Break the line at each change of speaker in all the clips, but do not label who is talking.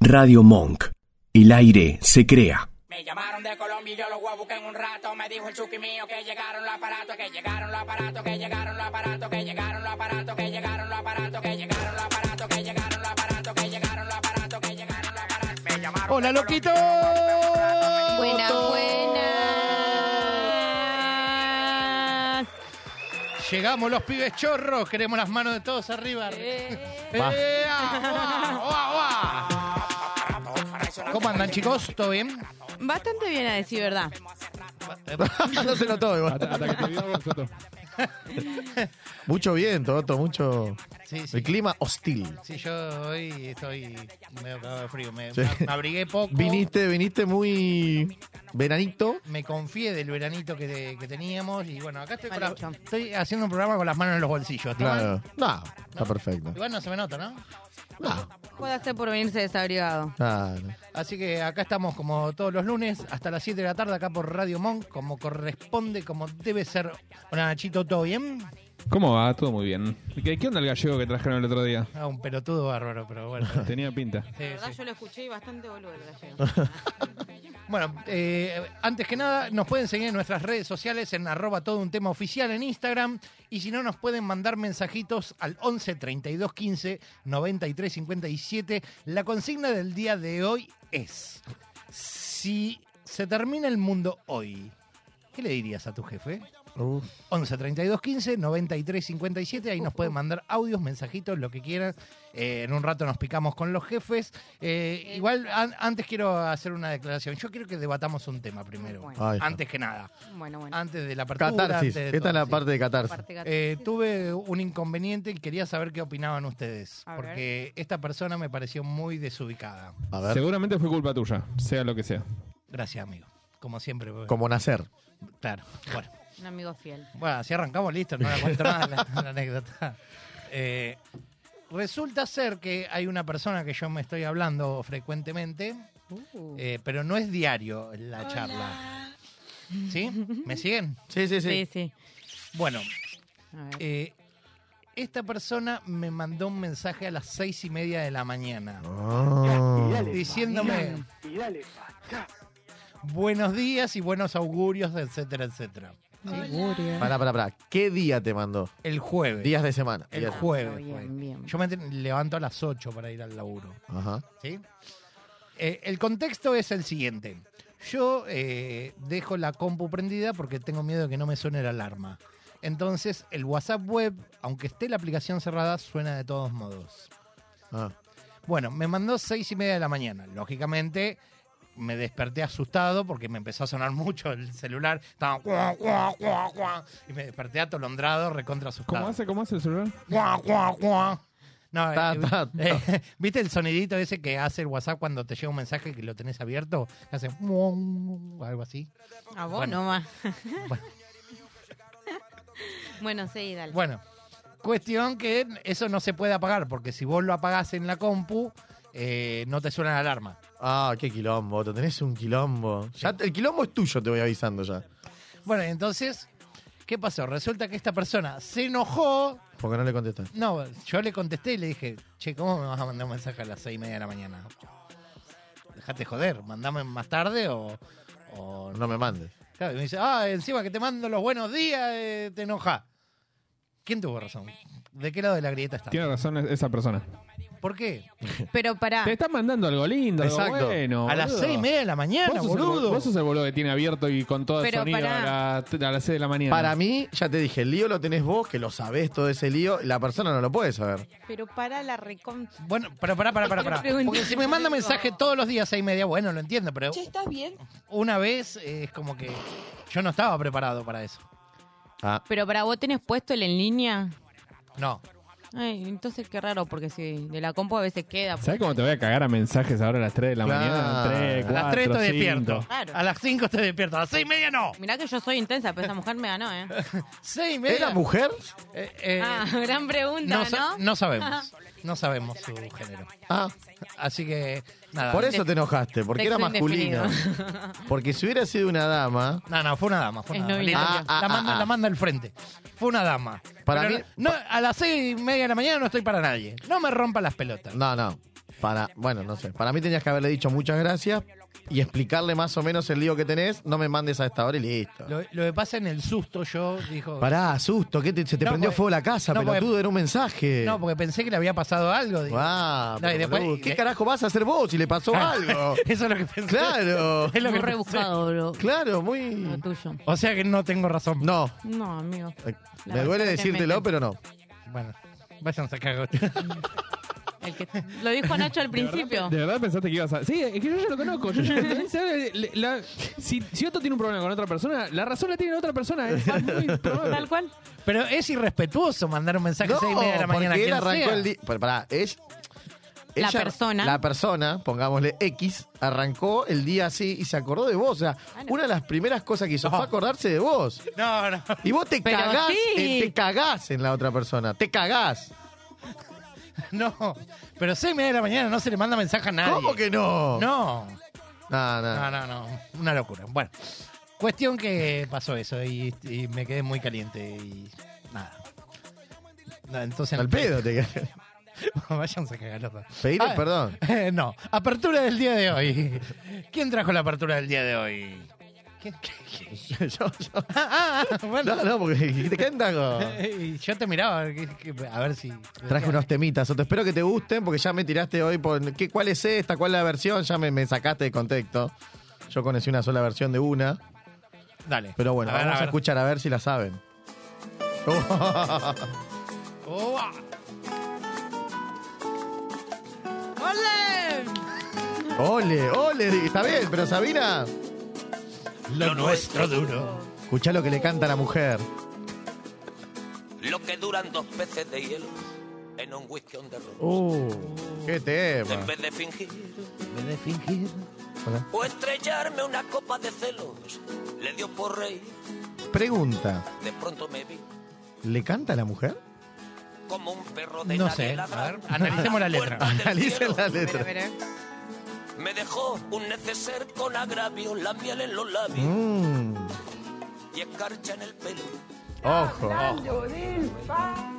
Radio Monk. El aire se crea.
Me llamaron de Colombia y yo los voy a buscar en un rato. Me dijo el chuki mío que llegaron los aparatos, que llegaron los aparatos, que llegaron los aparatos, que llegaron los aparatos, que llegaron los aparatos, que llegaron los aparatos, que llegaron los aparatos, que llegaron los aparatos, que llegaron los aparatos. Me llamaron de Colombia.
Hola, loquito.
Buenas, buenas.
Llegamos los pibes chorros, queremos las manos de todos arriba. Eh, ¡Ea! ¡Oa, oa, oa! ¿Cómo andan chicos? ¿Todo bien?
Bastante bien a decir verdad.
no se notó igual.
Hasta, hasta que te vio nosotros.
Mucho viento, Otto, mucho.
Sí, sí.
El clima hostil.
Sí, yo hoy estoy medio cagado de frío. Me,
Sí.
me abrigué poco.
Viniste, viniste muy veranito.
Me confié del veranito que, que teníamos y bueno, acá estoy, con la-
Mal hecho.
estoy haciendo un programa con las manos en los bolsillos. ¿está mal?
Claro. No, está perfecto.
Igual no se me nota, ¿no?
No,
Puede hacer por venirse desabrigado.
claro.
Así que acá estamos como todos los lunes hasta las 7 de la tarde acá por Radio Monk, como corresponde, como debe ser. Hola Nachito, ¿todo bien?
¿Cómo va? Todo muy bien. ¿Qué, qué onda el gallego que trajeron el otro día?
Ah, un pelotudo bárbaro, pero bueno.
Tenía pinta.
Sí,
La verdad,
sí.
yo lo escuché y bastante boludo el gallego.
Bueno, eh, antes que nada, nos pueden seguir en nuestras redes sociales en arroba todo un tema oficial en Instagram. Y si no, nos pueden mandar mensajitos al 11 32 15 93 57. La consigna del día de hoy es: Si se termina el mundo hoy, ¿qué le dirías a tu jefe?
Uf.
11 32 15 93 57. Ahí nos pueden mandar audios, mensajitos, lo que quieran. Eh, en un rato nos picamos con los jefes. Eh, igual, an- antes quiero hacer una declaración. Yo quiero que debatamos un tema primero.
Bueno.
Ay,
antes que nada.
Bueno, bueno.
Antes de la apertura. antes
Catarsis.
de
Esta
todo,
es la
sí.
parte de catarsis.
Parte gata.
Eh, tuve un inconveniente y quería saber qué opinaban ustedes.
A ver.
Porque esta persona me pareció muy desubicada.
A ver,
Seguramente fue culpa tuya, sea lo que sea.
Gracias, amigo. Como siempre.
como nacer.
Claro. Bueno.
Un amigo fiel.
Bueno, así arrancamos, listo, no la cuento más la, la anécdota. Eh, resulta ser que hay una persona que yo me estoy hablando frecuentemente,
Uh.
eh, pero no es diario la charla. ¿Sí? ¿Me siguen?
Sí, sí,
sí, sí.
Bueno,
A ver.
eh, esta persona me mandó un mensaje a las seis y media de la mañana.
Ah.
diciéndome buenos días y buenos augurios, etcétera, etcétera.
Pará, pará, pará. ¿Qué día te mandó?
El jueves.
Días de semana.
el
Días-
jueves.
Bien,
fue.
bien.
Yo me te- levanto a las 8 para ir al laburo.
Ajá.
¿sí? Eh, el contexto es el siguiente. Yo eh, dejo la compu prendida porque tengo miedo de que no me suene la alarma. Entonces, el WhatsApp web, aunque esté la aplicación cerrada, suena de todos modos.
Ah.
Bueno, me mandó seis y media de la mañana. Lógicamente, me desperté asustado porque me empezó a sonar mucho el celular. Estaba cuá, cuá, cuá, cuá, y me desperté atolondrado, recontra asustado.
¿Cómo hace, cómo hace el celular?
Guau, guau, guau. No,
Ta,
eh,
ta, ta.
eh, ¿Viste el sonidito ese que hace el WhatsApp cuando te llega un mensaje que lo tenés abierto? Que Hace muong, algo así.
A vos
bueno.
nomás.
Bueno.
Bueno, sí, dale.
Bueno, cuestión que eso no se puede apagar, porque si vos lo apagás en la compu, eh, no te suena la alarma.
Ah, qué quilombo, Otto, tenés un quilombo. Ya, te- el quilombo es tuyo, te voy avisando ya.
Bueno, entonces, ¿qué pasó? Resulta que esta persona se enojó.
Porque no le contestas.
No, yo le contesté y le dije, che, ¿cómo me vas a mandar un mensaje a las seis y media de la mañana? Dejate joder, mandame más tarde o- o
No me mandes.
Claro, y me dice, ah, encima que te mando los buenos días, eh, te enoja. ¿Quién tuvo razón? ¿De qué lado de la grieta está?
Tiene razón es- esa persona.
¿Por qué?
Pero pará.
Te están mandando algo lindo, algo
Exacto.
bueno.
a las
boludo.
seis y media de la mañana,
Vos sos, el,
boludo.
bol- vos sos el boludo que tiene abierto y con todo el
Pero
sonido a,
pará.
la- a las 6 de la mañana.
Para mí, ya te dije, el lío lo tenés vos, que lo sabés todo ese lío, la persona no lo puede saber.
Pero pará la recontra.
Bueno, pero pará, pará, pará,
Yo
pará.
pregunté
Porque si me manda
por eso.
mensaje todos los días a seis y media, bueno, lo entiendo, pero
¿estás bien?
una vez eh, es como que yo no estaba preparado para eso.
Ah,
Pero para vos tenés puesto el en línea.
No.
Ay, entonces qué raro, porque si de la compu a veces queda. pues.
¿Sabés cómo te voy a cagar a mensajes ahora a las 3 de la
Claro.
mañana? 3,
A
A
4,
las tres estoy
5.
despierto.
Claro.
A las cinco estoy despierto. A las seis y media no.
Mirá que yo soy intensa, pero esa mujer me ganó, ¿eh?
Seis y media.
¿Era mujer?
Eh, eh,
Ah, gran pregunta,
no,
¿no?
sa- no sabemos. No sabemos su género.
Ah,
Así Ah, que, nada.
por eso te enojaste, porque era
Sexo
masculino. Porque si hubiera sido una dama,
No, no, fue una dama. Fue
Es
una dama.
nobiliario.
Ah, ah, la, manda,
ah, ah.
la manda al frente. Fue una dama.
Para
Pero
mí-
no, no, a las seis y media de la mañana no estoy para nadie. No me rompa las pelotas.
no, no. Para, bueno, no sé. Para mí tenías que haberle dicho muchas gracias y explicarle más o menos el lío que tenés. No me mandes a esta hora y listo.
Lo, lo que pasa en el susto, yo dijo.
Pará, susto, ¿qué te- se te
No,
prendió
pues,
porque-
fuego la casa,
no, porque-
pelotudo, era un mensaje.
No, porque pensé que le había pasado algo. digo.
Ah,
No, y
pero,
después-
boludo, ¿Qué carajo vas a hacer vos si le pasó algo?
Eso es lo que pensé.
claro,
Es
Muy
lo que pensé.
rebuscado lo,
claro,
lo
muy...
tuyo.
O sea que no tengo razón.
No,
No, amigo. La
me
verdad
duele
que
decírtelo,
meten.
pero no.
Bueno, vayan a cagar.
El que, lo dijo Nacho al principio.
¿De verdad pensaste que ibas a.? Sí, es que yo ya lo conozco. yo ya- ¿sabes? Le- la- si, si otro tiene un problema con otra persona, la razón la tiene la otra persona. Es muy probable.
Tal cual.
Pero es irrespetuoso mandar un mensaje
No,
a seis y media de la mañana. a
porque él
quien
arrancó
sea.
el día. Pero pará, es.
La persona.
La persona, pongámosle X, arrancó el día así y se acordó de vos. O sea,
Claro.
una de las primeras cosas que hizo
No.
fue acordarse de vos.
No, no.
Y vos te
Pero
cagás,
sí.
eh, te cagás en la otra persona. Te cagás.
No, pero seis y media de la mañana no se le manda mensaje a nadie.
¿Cómo que no?
No,
No, no.
no, no, no. Una locura. Bueno, cuestión que pasó eso y, y me quedé muy caliente y nada. No, Entonces,
Al pedo te cagás.
Váyanse a cagar los dos.
Pedirle
Ah,
perdón.
eh, no, apertura del día de hoy. ¿Quién trajo la apertura del día de hoy? ¿Quién?
Yo- yo-
Ah, ah, bueno.
no, no, porque te quedan tacos.
Y Yo te miraba, que- que- a ver si.
Traje unos temitas, Soto. Espero que te gusten porque ya me tiraste hoy por ¿qué, cuál es esta, cuál es la versión, ya me, me sacaste de contexto. Yo conocí una sola versión de una.
Dale.
Pero bueno,
A ver,
vamos a,
a ver.
escuchar a ver si la saben. Oh,
Uah.
¡Ole!
ole, ole, está bien, pero Sabina,
Lo nuestro duro.
escuchá lo que le canta la mujer.
Lo que duran dos peces de hielo en un whisky on the rocks.
Uh. Oh,
qué tema.
En vez de fingir
En vez de fingir.
o estrellarme una copa de celos, le dio por rey.
Pregunta,
De pronto me vi
¿le canta la mujer?
como un perro de
No
nadie
sé. A ver,
ladrando
analicemos la
a
letra.
puerta del
Analicen
cielo.
la letra.
Me dejó un neceser con agravio, la miel en los labios
Mm,
y escarcha en el pelo.
ojo, ojo.
Oh.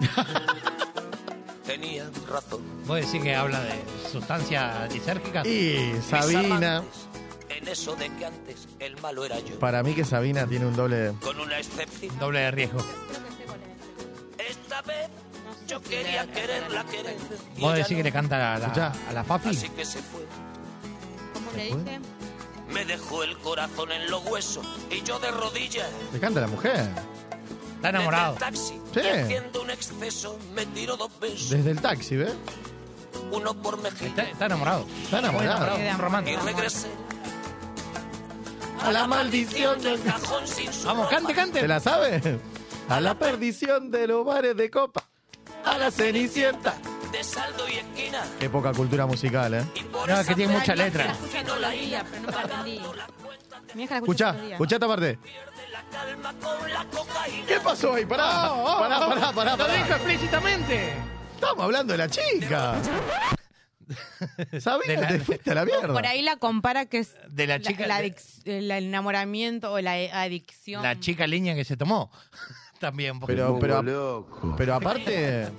Tenía razón.
Vos decís que habla de sustancia lisérgica.
Y
Mis
Sabina,
amantes, En eso de que antes el malo era yo.
para mí que Sabina tiene un doble... de-
Con una excepción.
Doble de riesgo.
Esta vez yo quería quererla querer. y ella
Vos decís que
no.
le canta a la,
Escuchá.
a la Fafi.
Así que se fue.
¿Cómo le dice?
Me dejó el corazón en los huesos y yo de rodillas.
¿Le canta la mujer?
Está
desde
enamorado.
el taxi.
Sí.
Y haciendo un exceso me tiró dos besos.
Desde el taxi, ¿ves?
Uno por
Está,
mejilla.
está enamorado.
Está enamorado.
Un romántico.
Y regresé
A la maldición
del
del...
cajón sin su
Vamos,
ropa.
cante,
¿Se
cante.
la sabe? A la perdición de los bares de copa. A la cenicienta.
De saldo y esquina.
Qué poca cultura musical, ¿eh?
Y por
No, es
esa
que tiene mucha
playa
letra.
escucha todos los días, pero nunca la entendí. Mi hija la escucha todos
Escuchá,
los días.
escuchá esta parte.
pierde la calma con la cocaína.
¿Qué pasó ahí? Pará,
Ah,
pará, pará, pará.
Lo dijo
pará.
explícitamente.
Estamos hablando de la chica.
De
Sabina,
la-
te fuiste a la mierda.
Por ahí la compara que es
De la chica-
la
de-
adic- el enamoramiento o la e- adicción.
La chica leña que se tomó. También. porque-
Pero, pero, pero aparte,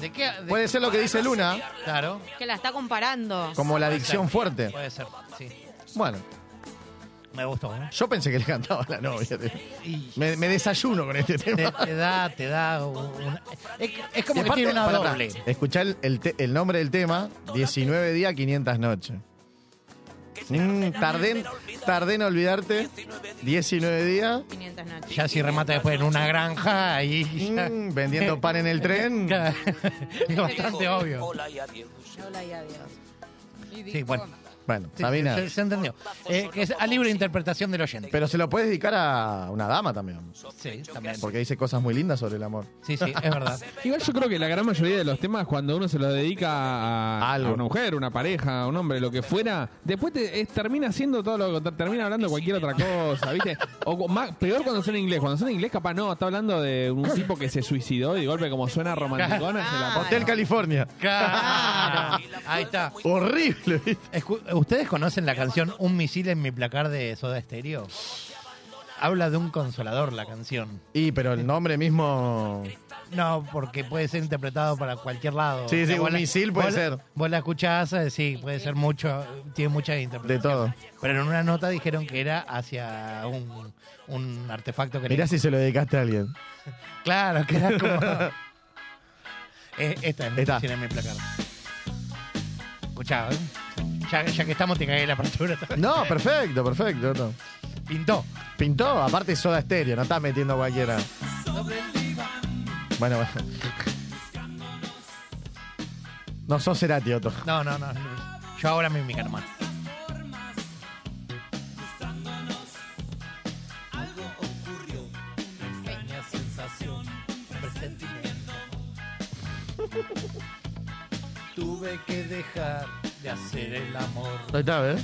¿De qué? de-
puede ser lo que dice Luna,
Claro.
Que la está comparando.
como la adicción fuerte.
Puede ser. Sí.
Bueno,
Me gustó. ¿eh?
yo pensé que le cantaba a la novia.
Y
Me, me desayuno con este
te,
tema.
te da, te da una- es, es como
Y
que
aparte,
tiene una
pará, pará.
doble.
Escuchá el, el te- el nombre del tema, 19 días, 500 noches. Mm, tardé, en- tardé en olvidarte, 19 días,
500 noches.
Ya si remata después en una granja ahí ya-
mm, vendiendo pan en el tren.
Claro. es
Dijo,
bastante obvio.
Hola y adiós.
Hola y adiós. Y
Sí, bueno.
Bueno,
Sí,
Sabina,
Se, se entendió. Eh, que es a libre interpretación del oyente.
pero se lo puedes dedicar a una dama también,
sí, también.
porque dice cosas muy lindas sobre el amor.
Sí, sí, es verdad.
Igual yo creo que la gran mayoría de los temas, cuando uno se lo dedica a,
Algo.
a una mujer, una pareja, a un hombre, lo que fuera, después te- es- termina haciendo todo lo que termina hablando cualquier otra cosa, ¿viste? O cu- más- peor cuando suena en inglés. Cuando suena en inglés, capaz no, está hablando de un tipo que se suicidó y de golpe, como suena romanticona, se la
Hotel California.
Claro. Ahí está.
Horrible, ¿viste?
Escu- ¿Ustedes conocen la canción Un misil en mi placar de Soda Stereo? Habla de un consolador la canción.
Y, pero el nombre mismo.
No, porque puede ser interpretado para cualquier lado.
Sí, sí, un
vos la-
misil puede
vos la-
ser.
Vos la escuchás, eh, sí, puede ser mucho, tiene mucha
De
interpretación.
todo.
Pero en una nota dijeron que era hacia un, un artefacto que
Mirá si se lo dedicaste a alguien.
Claro, que era como. Eh, esta es
Esta.
tiene mi placar. Escuchá, ¿eh? ya, ya que estamos, te cagué la apertura.
No, perfecto, perfecto. no.
Pintó.
Pintó, aparte soda estéreo, no estás metiendo cualquiera. Bueno, bueno. No sos Cerati, Otto.
No, no, no. no. Yo ahora mi mi hermano. Tuve que dejar de hacer el amor.
Ahí está, ¿eh?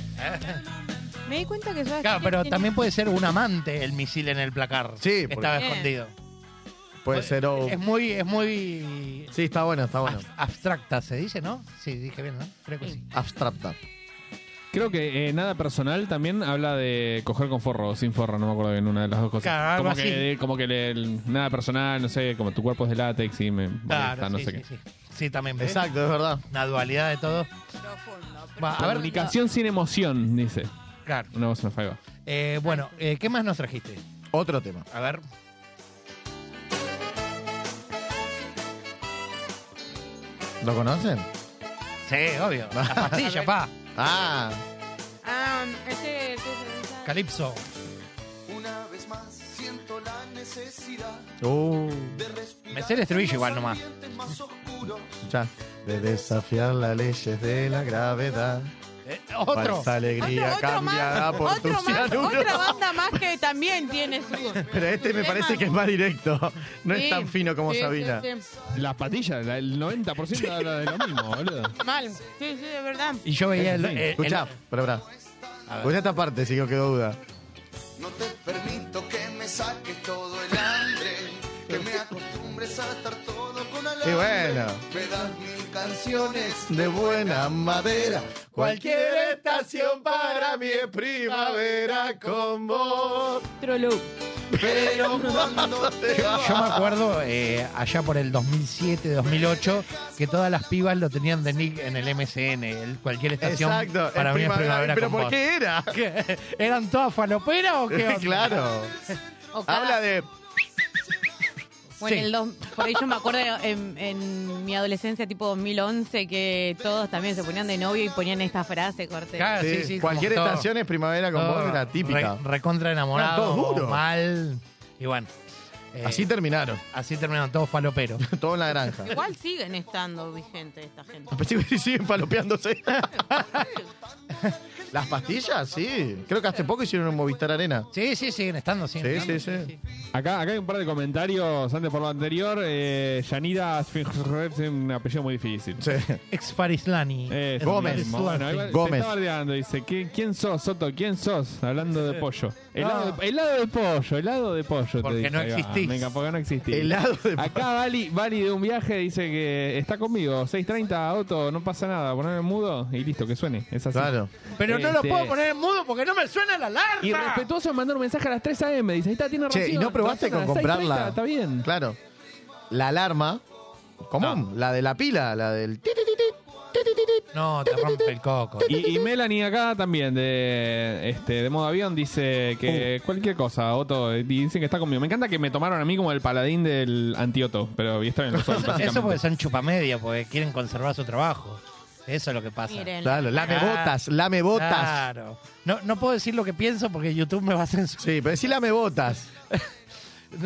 Me di cuenta que Soda
Claro,
Stereo
pero
tiene-
también puede ser un amante el misil en el placar.
Sí,
que estaba
porque-
escondido.
Puede ser o...
Es muy, es muy
Sí, está bueno, está bueno.
ab- abstracta, se dice, ¿no? Sí, dije bien, ¿no? Creo que sí.
Abstracta.
Creo que eh, nada personal también habla de coger con forro o sin forro, no me acuerdo bien, una de las dos cosas.
Claro, algo
como, que,
así.
de- como que le- el- nada personal, no sé, como tu cuerpo es de látex y me molesta,
Claro,
no
sí,
sé
sí,
qué.
sí. Sí, también. ¿ves?
Exacto, es verdad.
Una dualidad de todo. Va, a ver,
Comunicación sin emoción, dice.
claro.
Una voz en la faiba.
Eh, bueno, eh, ¿qué más nos trajiste?
Otro tema.
A ver.
¿Lo conocen?
Sí, obvio. La pastilla, pa.
Ah,
Ah, este, este es-
Calipso.
Una vez más siento la necesidad
uh,
de respirar.
Me sé el estribillo
en los
igual nomás.
ambientes más oscuros.
ya. De desafiar las leyes de la gravedad.
Eh, otro.
Falsa alegría
Otro- otro
cambiada por tu
otro más,
cianuro.
otra banda más que también tiene su.
Pero este me
su
parece
tema.
que es más directo. No es
Sí,
tan fino como
sí, sí,
Sabina.
sí.
Las patillas, la- el 90% habla de lo mismo, boludo.
Mal. Sí, sí, de verdad.
Y yo veía el.
Sí.
el-
Escuchá, pero pará. Escuchá esta parte si no quedó duda.
No te permito que me saques todo el hambre. Que me acostumbres a estar todo con alambre.
Y bueno.
Me das mil canciones.
De buena madera, cualquier estación para mí es primavera con vos.
Trollo.
Pero cuando te
Yo,
vas,
yo me acuerdo eh, allá por el 2007, 2008, que todas las pibas lo tenían de Nick en el MCN, el- cualquier estación.
Exacto, es
para mí es primavera
¿Pero
con
por
vos.
qué era?
¿Qué? ¿Eran todas faloperas o qué? onda?
claro.
O cada-
Habla de.
Bueno,
Sí.
el dos- por ahí yo me acuerdo en, en mi adolescencia, tipo 2011, que todos también se ponían de novio y ponían esta frase, corte.
Claro, sí,
sí,
sí,
cualquier
como todo-
estación es primavera con vos,
todo
era típica.
re- recontra enamorado,
Eran todos duros.
mal. Y bueno. eh,
Así terminaron,
así terminaron todos faloperos.
todo en la granja.
Igual siguen estando vigentes esta gente.
Sí, siguen falopeándose. Las pastillas, sí. Creo que hace poco hicieron un Movistar Arena.
Sí, sí, siguen estando, siguen
Sí, sí,
estando.
sí.
Acá, acá hay un par de comentarios antes por lo anterior. Eh, Yanira Sfingerrev es un apellido muy difícil.
Sí.
Ex Farislani.
Eh,
Ex
Gómez.
mismo.
Farislani.
Bueno, ahí va-
Gómez.
Se está bardeando, dice. "¿Qui- ¿Quién sos, Soto? ¿Quién sos? Hablando de pollo. Helado, de, helado de pollo, helado de pollo. te
Porque
dije,
no
ahí va.
existís.
Venga, porque no existís.
Helado de
Acá Vali, Vali de un viaje dice que está conmigo. 6.30, Otto, no pasa nada. Poner en mudo y listo, que suene. Es así.
Claro.
Pero no lo
Este-
puedo poner en mudo porque no me suena la alarma.
Y respetuoso me mandaron un mensaje a las 3 a.m. Dice, ahí está, tiene razón.
Che, ¿y no probaste
Razón, a
con
las 6:30,
comprarla?
Ah, Está bien.
Claro. La alarma común, la de la pila, la del ti, ti, ti, ti, ti, ti, ti, ti.
No, te rompe el coco.
Y, y Melanie acá también, de, este, de modo avión, dice que
Uh.
cualquier cosa, Otto, eh, dicen que está conmigo. Me encanta que me tomaron a mí como el paladín del anti-Otto, pero y está bien, lo soy,
Eso,
básicamente.
eso porque son chupamedia, porque quieren conservar su trabajo. Eso es lo que pasa.
Miren.
Claro, lame botas, lame botas.
Ah. Claro. No, no puedo decir lo que pienso porque YouTube me va a censurar.
Sí, pues. pero Eh, sí lame botas.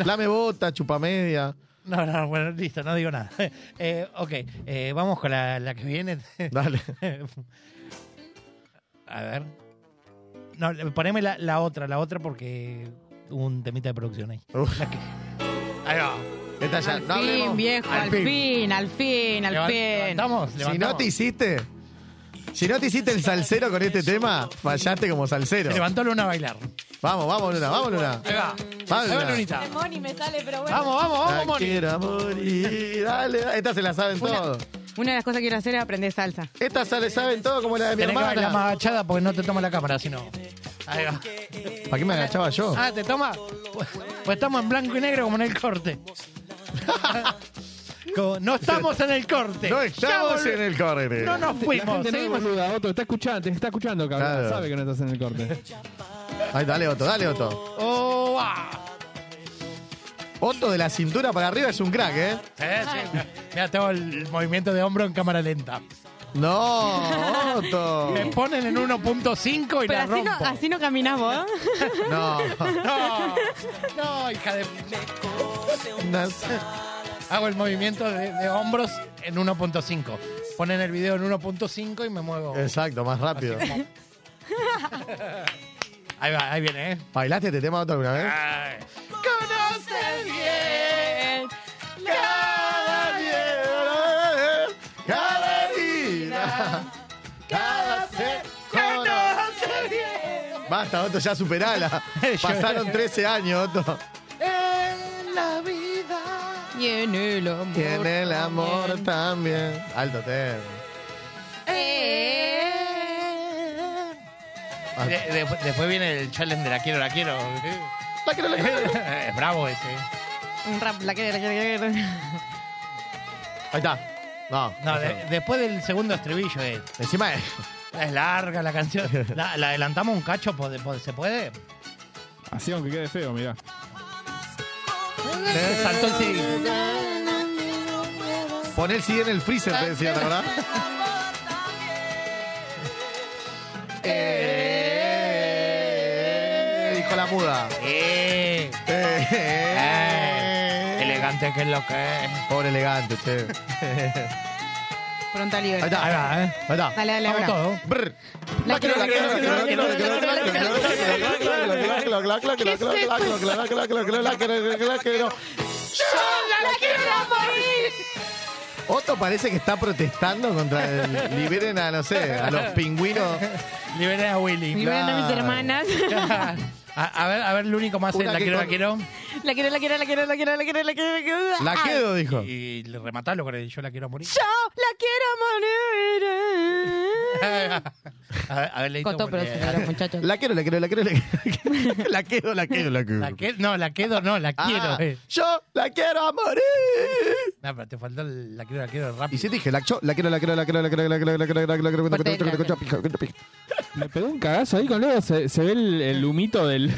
Lame botas, chupamedia.
No, no, bueno, listo, no digo nada. Eh, ok, eh, vamos con la, la que viene.
Dale.
a ver. No, le- poneme la, la otra, la otra porque hubo un temita de producción ahí.
Uf.
La que- Ahí va.
Esta ya, no
al fin,
hablemos.
viejo,
Al
al
fin.
fin, al fin, al
Levan-
fin.
Levantamos,
Si
levantamos.
no te hiciste. Si no te hiciste el salsero con este tema, fallaste como salsero.
Se levantó Luna a bailar.
Vamos, vamos, Luna, vamos, Luna.
Ahí va.
Vamos,
Ahí va,
Luna.
Lunita.
Moni me sale, pero bueno.
Vamos, vamos,
La
vamos, Moni.
quiero a morir. Dale, dale. Esta se la saben todos.
Una de las cosas que quiero hacer es aprender salsa.
Esta se la saben todos como la de mi
Tenés que bailar
hermana.
más agachada porque no te tomo la cámara, si no. Ahí va.
¿Para qué me agachaba yo?
Ah, ¿te toma? Pues, pues estamos en blanco y negro como en el corte. Como, no estamos en el corte.
no
Ya
estamos
volve-
en el corredor.
No nos
La
fuimos.
gente no es
Seguimos.
boluda, Otto, está escuchando, te está escuchando, cabrón.
Claro.
Sabe que no estás en el corte.
Ay, dale, Otto, dale, Otto.
Oh, ah.
Otto de la cintura para arriba es un crack, ¿eh?
Eh, sí. Mira, tengo el movimiento de hombro en cámara lenta.
No, Otto.
Me ponen en 1.5
Pero
y la
así
rompo.
no, así no caminás vos.
No.
No, no, hija de. Hago el movimiento de, de hombros en 1.5. Ponen el video en 1.5 y me muevo.
Exacto, más rápido.
Ahí va, ahí viene, ¿eh?
¿Bailaste este tema Otto alguna vez?
Ay. Conoce bien cada
Cada vida, cada ser
Conoce bien
Basta, Otto, ya superala. Pasaron 13 años, Otto.
en la vida.
Y en el amor.
Tiene el amor
también.
también. Alto tema.
Eh.
Ah.
De- de- después viene el challenge de la quiero, la quiero.
La quiero, la quiero.
Es bravo ese.
Un rap, la que, la que, la que.
Ahí está. No.
No,
no
de-
sé.
después del segundo estribillo es.
Encima es.
Es larga la canción. La, la adelantamos un cacho, ¿pod- pod- ¿se puede?
Así aunque quede feo, mirá.
Se saltó el CD.
Pon el CD en el freezer, te decía, ¿te acordás? Eh, Dijo la muda.
Eh,
Eh,
eh, elegante que es lo que es.
Pobre elegante, che.
Frontal
Ahí
libre.
está,
Ahí
ahí va.
va, ¿eh?
Ahí está.
Dale, dale,
Vamos
ahora.
todo.
Brr.
La quiero, la quiero, la quiero, la quiero, la quiero, la quiero, la quiero.
Otto parece que está protestando contra el. Liberen a, no sé, a los pingüinos.
Liberé a Willy.
Liberando a mis
Claro.
hermanas.
a, a ver, a ver, lo único más es
Una
la
que
quiero, la
con-
quiero.
La quiero, la quiero, la quiero, la quiero, la quiero, la quiero, la quiero.
La
Ah,
quedo, dijo.
Y le rematalo con el yo la quiero morir.
Yo la quiero morir.
a ver, a ver, leíto,
Cotó, pero
porque-
se los muchachos.
La quiero, la quiero, la quiero, la quiero. La quiero, la quiero, la quiero.
La que, no, la quedo, no, la
Ah,
quiero. eh.
Yo la quiero a morir.
No, pero te faltó el- la quiero, la quiero
Y
rápido.
si dije, la cho- la quiero, la quiero, la quiero, la quiero, la quiero, la quiero, la quiero, la quiero, la quiero, la quiero, la quiero, la quiero.
Me pegó un cagazo ahí con Leo, se, se ve el, el humito del,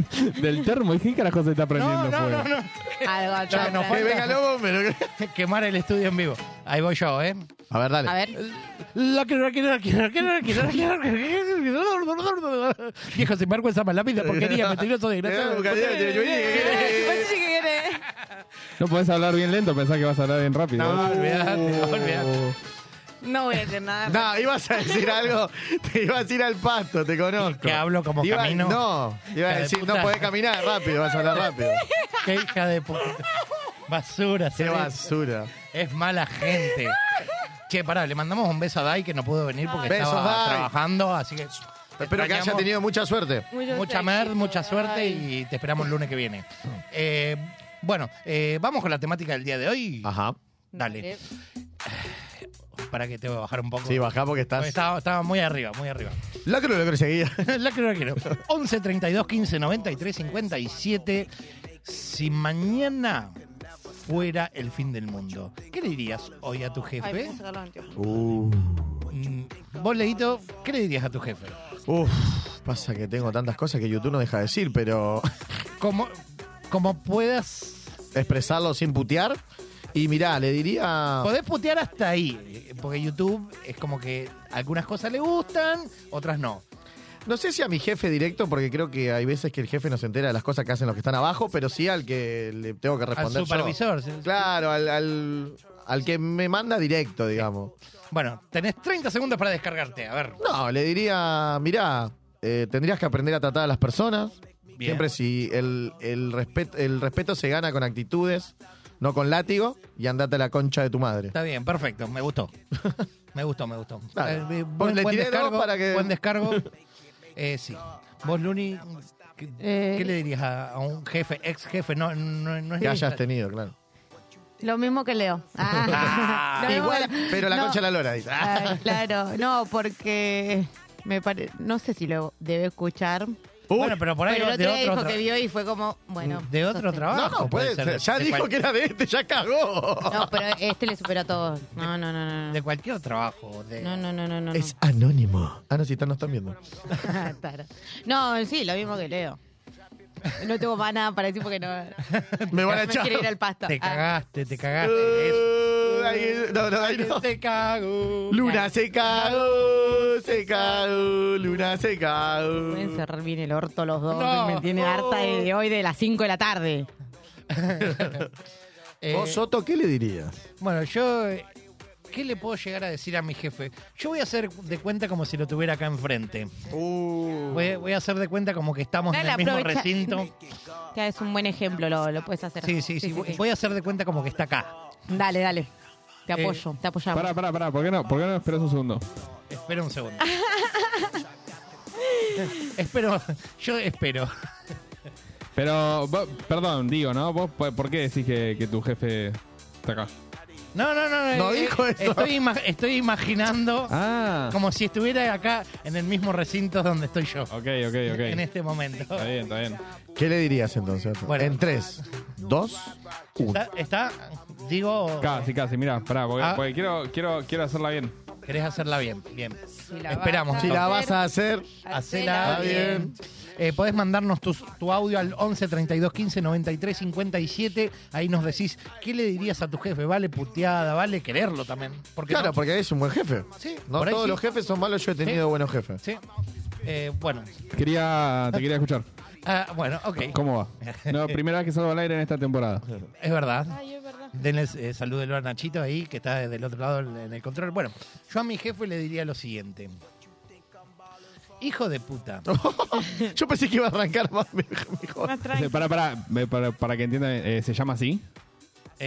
del termo. ¿Y qué carajo se está prendiendo
No, no,
fuego?
no, no.
Algo
que nos
atrás.
Eh, venga, lobo, pero.
Quemar el estudio en vivo. Ahí voy yo, ¿eh?
A ver, dale.
A ver.
La quiero, la quiero, la quiero, la quiero, la quiero, la quiero, la quiero, la quiero. Viejo sin vergüenza, más lápida, porquería, mentiroso, desgraciado.
Sí que viene.
No podés hablar bien lento, pensás que vas a hablar bien rápido.
No,
Olvidate, olvidate.
No voy a decir nada.
No, ibas a decir algo, te ibas a ir al pasto, te conozco.
Que hablo como
Te iba-
camino.
No, te iba a
Hija de
decir,
puta.
no podés caminar rápido, vas a hablar rápido.
Qué hija de puta. Basura,
Qué
¿sabes?
basura.
Es mala gente. Che, pará, le mandamos un beso a Dai que no pudo venir porque
Besos,
estaba
Dai.
trabajando, así que.
Espero que haya
extrañamos.
tenido mucha suerte.
Mucho
Mucha
sexy.
mer, mucha suerte y te esperamos el lunes que viene. Eh, bueno, eh, vamos con la temática del día de hoy.
Ajá.
Dale. Para que te voy a bajar un poco.
Sí, bajá porque
Porque
estás.
Estaba, estaba muy arriba, muy arriba.
La creo, la creo, seguía.
la quiero, la quiero. 11 32 15 93 57. Si mañana fuera el fin del mundo, ¿qué le dirías hoy a tu
Ay,
jefe?
me sacaron el anteojo.
Uh.
Mm, Vos, Leito, ¿qué le dirías a tu jefe?
Uf, pasa que tengo tantas cosas que YouTube no deja de decir, pero
Como, como puedas.
expresarlo sin putear. Y mirá, le diría.
Podés putear hasta ahí, eh, porque YouTube es como que algunas cosas le gustan, otras no.
No sé si a mi jefe directo, porque creo que hay veces que el jefe no se entera de las cosas que hacen los que están abajo, pero sí al que le tengo que
Al
responder. yo.
supervisor. sí, sí.
Claro, al, al, al que me manda directo, digamos.
Bueno, tenés 30 segundos para descargarte, a ver.
No, le diría, mirá, eh, tendrías que aprender a tratar a las personas. Siempre si el, el, respeto, el respeto se gana con actitudes, no con látigo, y andate a la concha de tu madre.
Está bien, perfecto, me gustó. Me gustó, me gustó.
Dale.
Eh, eh,
Pues le tiré dos para que-
Buen descargo. Eh, sí. Vos, Luni, ¿qué,
Eh.
qué le dirías a, a un jefe, ex jefe? No, no, no es
Que
ni-
hayas tenido, claro.
Lo mismo que Leo. Ah.
Ah,
Lo mismo
Igual,
que Leo.
pero la
No.
concha de la lora, dice.
Ah, claro, no, porque Me pare- No sé si lo debe escuchar.
bueno, pero por ahí
pero el
de
otro día
otro
dijo
tra-
que vio y fue como, bueno.
de otro
sostén.
trabajo.
No, no, puede ser. Ya
de
dijo
cual-
que era de este, ya cagó.
No, pero este le superó a todos. No, no, no, no.
De
No,
cualquier trabajo. De...
no, no, no. no, no.
Es anónimo. Ah, no, si están, no están viendo.
Tara. no, sí, lo mismo que Leo. No tengo más nada para decir porque no.
Me van a
me
echar.
quiero ir al pasto.
Te
Ah,
cagaste, te cagaste. Eso.
Uh, ahí- No, no, ahí no.
Te cago.
Luna se cagó, se cagó, uh, Luna se cagó.
Pueden cerrar bien el orto los dos.
No.
me tiene harta de, de hoy de las 5 de la tarde.
Eh,
¿Vos, Soto, qué le dirías?
Bueno, yo. eh, ¿Qué le puedo llegar a decir a mi jefe? Yo voy a hacer de cuenta como si lo tuviera acá enfrente.
Uh.
Voy, voy a hacer de cuenta como que estamos en
Dale,
el mismo
aprovecha.
recinto.
Ya es un buen ejemplo, lo, lo puedes hacer.
Sí, sí, sí. voy- Voy a hacer de cuenta como que está acá.
Dale, dale. Te
Eh,
apoyo, te apoyamos.
Pará, pará, pará, ¿por qué no? ¿Por qué no esperas un segundo?
Espera un segundo. espero, yo espero.
Pero, vos- perdón, digo, ¿no? ¿Vos por por qué decís que, que tu jefe está acá?
No, no, no. eh,
No dijo eso.
Estoy, ima- estoy imaginando
Ah,
como si estuviera acá en el mismo recinto donde estoy yo.
ok, ok, ok.
En este momento.
Está bien, está bien.
¿Qué le dirías entonces?
Bueno.
En 3, 2, 1.
¿Está? está- digo,
Casi, casi, mirá, pará, porque,
Ah.
porque quiero, quiero, quiero hacerla bien. Eh,
querés hacerla bien. Bien.
la
Esperamos.
vas
Si
a-
la vas a hacer,
Hacela
Está
bien.
bien.
Eh, podés mandarnos tus- tu audio al 11 32 15 93 57. Ahí nos decís qué le dirías a tu jefe. Vale puteada, vale quererlo también. Porque
claro,
no-
porque es un buen jefe.
Sí,
No
por ahí
todos
sí.
los jefes son malos, yo he tenido buenos jefes.
Sí. Eh, bueno.
Quería, te quería escuchar.
Ah, bueno, ok.
¿Cómo va? No, primera vez que salgo al aire en esta temporada.
Es verdad. Denle eh, salúdelo a Nachito ahí, que está del otro lado en el control. Bueno, yo a mi jefe le diría lo siguiente. Hijo de puta.
Yo pensé que iba a arrancar más mejor.
Para, para, para, para que entiendan, eh, ¿se llama así?
Eh,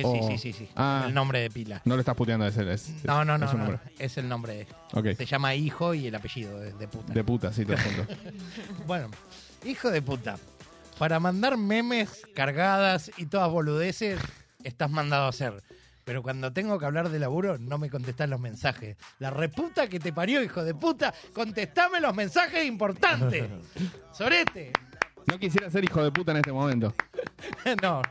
Oh.
Sí, sí, sí, sí.
Ah.
El nombre de pila.
No lo estás puteando, es, el- es,
No, no, no.
es
no,
un nombre.
Es el nombre. de-
Ok.
Se llama hijo y el apellido de, de puta.
De puta, sí, todo junto.
Bueno, hijo de puta. Para mandar memes cargadas y todas boludeces, estás mandado a hacer. Pero cuando tengo que hablar de laburo, no me contestan los mensajes. La reputa que te parió, hijo de puta. Contestame los mensajes importantes. Sorete.
No quisiera ser hijo de puta en este momento.
No.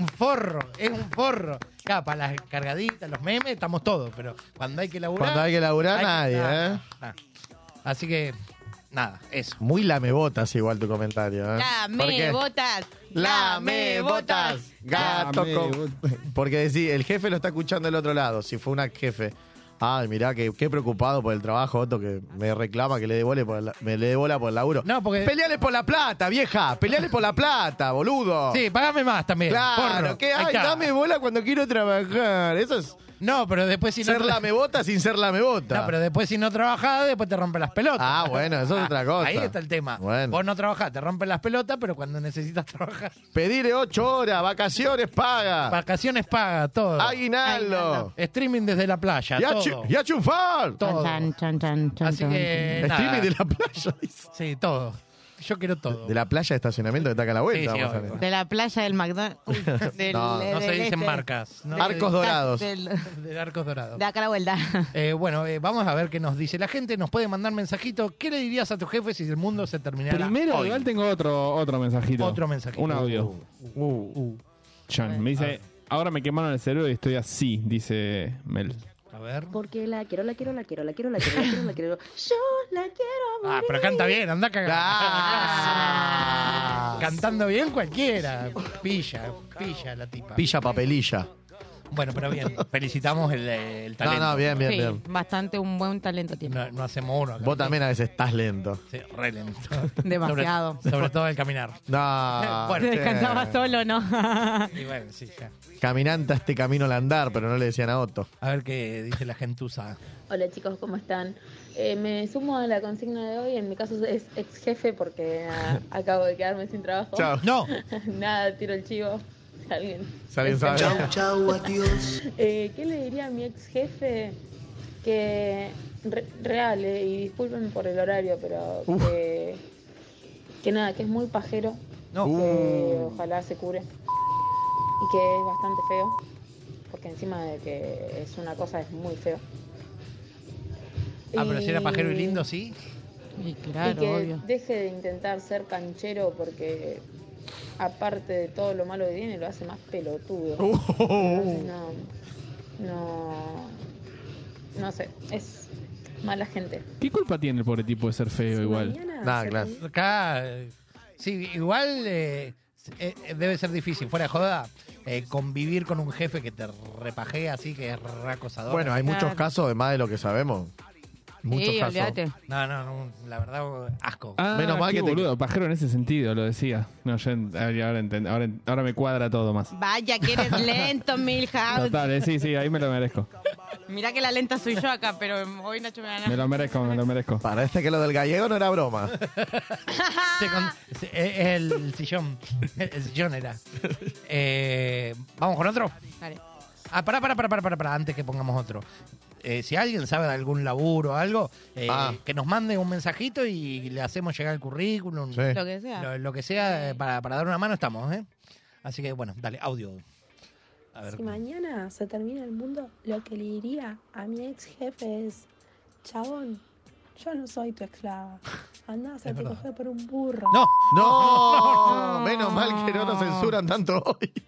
Un forro, es un forro. Claro, para las cargaditas, los memes, estamos todos. Pero cuando hay que laburar.
Cuando hay que laburar, nadie,
nada,
¿eh?
nada. Así que, nada, eso.
Muy lamebotas igual tu comentario. ¿eh? ¿Por
Lame
qué?
botas.
Lame botas, gato
Lame
con-
botas.
Porque decís, el jefe lo está escuchando del otro lado. Si fue una jefe, ay, mirá, que, qué preocupado por el trabajo, Otto, que me reclama que le dé bola por el, me le dé bola por el laburo.
No, porque-
Peleale por la plata, vieja. Peleale por la plata, boludo.
Sí, pagame más también.
Oh. Claro,
forro.
que
Ahí
ay,
está.
dame bola cuando quiero trabajar. Eso es
No, pero después si no.
ser lamebota sin ser lamebota.
No, pero después si no trabajás, después te rompen las pelotas.
Ah, bueno, eso es otra cosa.
Ahí está el tema.
Bueno.
Vos no trabajás, te rompen las pelotas, pero cuando necesitas trabajar,
Pedirle ocho horas, vacaciones, paga.
vacaciones paga, todo.
Ah, Aguinaldo.
Streaming desde la playa,
Y a,
todo.
chu- y a chufar.
Todo.
Chan, chan, chan, chan,
Así
chan.
que. nada.
Streaming de la playa, dice.
Sí, todo. Yo quiero todo.
De la playa de estacionamiento que está acá a la
Sí, sí,
vuelta. vamos a
obvio.
ver.
De la playa del McDonald's. Uy, del-
No,
no
no
del
se dicen
este.
marcas. ¿no?
Arcos dorados.
Del-
De arcos dorados.
de acá a la vuelta.
Eh, bueno, eh, vamos a ver qué nos dice la gente. Nos puede mandar mensajito. ¿Qué le dirías a tu jefe si el mundo se terminara
Primero,
hoy?
igual tengo otro, otro mensajito.
Otro mensajito.
Un audio.
Uh,
Chan, me dice, ahora me quemaron el cerebro y estoy así, dice Mel.
A ver.
Porque la quiero, la quiero, la quiero, la quiero, la quiero, la quiero, la quiero. Yo la quiero.
Ah, pero canta bien, anda a cagar.
Ah.
Cantando bien cualquiera. Pilla, pilla la tipa.
Pilla papelilla.
Bueno, pero bien, felicitamos el, eh, el
No,
talento.
no, bien, bien,
Sí,
bien.
bastante un buen talento tiene.
No, no hacemos uno. acá.
Vos también a veces estás lento.
Sí, re lento.
Demasiado.
Sobre, sobre todo el caminar.
No.
Bueno.
che.
Descansaba solo, ¿no?
Ah. Y bueno, sí, ya.
Caminante a este camino al andar, pero no le decían a Otto.
A ver qué dice la
Eh,
gentuza.
Hola chicos, ¿cómo están? Eh, me sumo a la consigna de hoy. En mi caso es ex jefe porque ah, acabo de quedarme sin trabajo.
Chao.
No,
Nada, tiro el chivo. Si alguien.
Salen sabe.
Eh, ¿Qué le diría a mi ex jefe? Que. re- real, eh, y disculpen por el horario, pero.
Uf.
Que, que nada, que es muy pajero.
no.
que ojalá se cure y que es bastante feo, porque encima de que es una cosa es muy feo.
Ah, pero si era
Y-
pajero y lindo, sí.
Y claro,
y que
obvio.
deje de intentar ser canchero porque aparte de todo lo malo que tiene lo hace más pelotudo. Entonces, No, no, no sé, es mala gente.
¿Qué culpa tiene el pobre tipo de ser feo igual?
Mañana
Nada,
se-
claro.
Acá, eh, sí, igual eh, eh, debe ser difícil, fuera de joda, eh, convivir con un jefe que te repajea así, que es re acosador.
Bueno, hay muchos
Claro.
casos, además de lo que sabemos. Muchos
sí,
casos.
olvídate.
No, no, no, la verdad, asco.
Ah,
Menos mal
qué
que te-
boludo, pajero en ese sentido, lo decía. No, yo en- ahora, enten- ahora, en- ahora me cuadra todo más.
Vaya, que eres lento, Milhouse.
Total, eh, sí, sí, ahí me lo merezco.
Mirá que la lenta soy yo acá, pero hoy Nacho me gana.
Me lo merezco, me lo merezco.
Parece que lo del gallego no era broma.
Se con- se- eh, el sillón, el sillón era. Eh, Vamos con otro.
Vale.
Ah, pará, pará, pará, pará, pará, pará, antes que pongamos otro. Eh, si alguien sabe de algún laburo o algo, eh,
Ah.
que nos mande un mensajito y le hacemos llegar el currículum.
Sí.
Lo que sea.
Lo, lo que sea, eh, para, para dar una mano estamos, ¿eh? Así que bueno, dale, audio. A ver.
Si mañana se termina el mundo, lo que le diría a mi ex jefe es, chabón, yo no soy tu esclava. Andá a hacerte
verdad.
coger por un burro.
No,
No, menos mal que no nos censuran tanto hoy.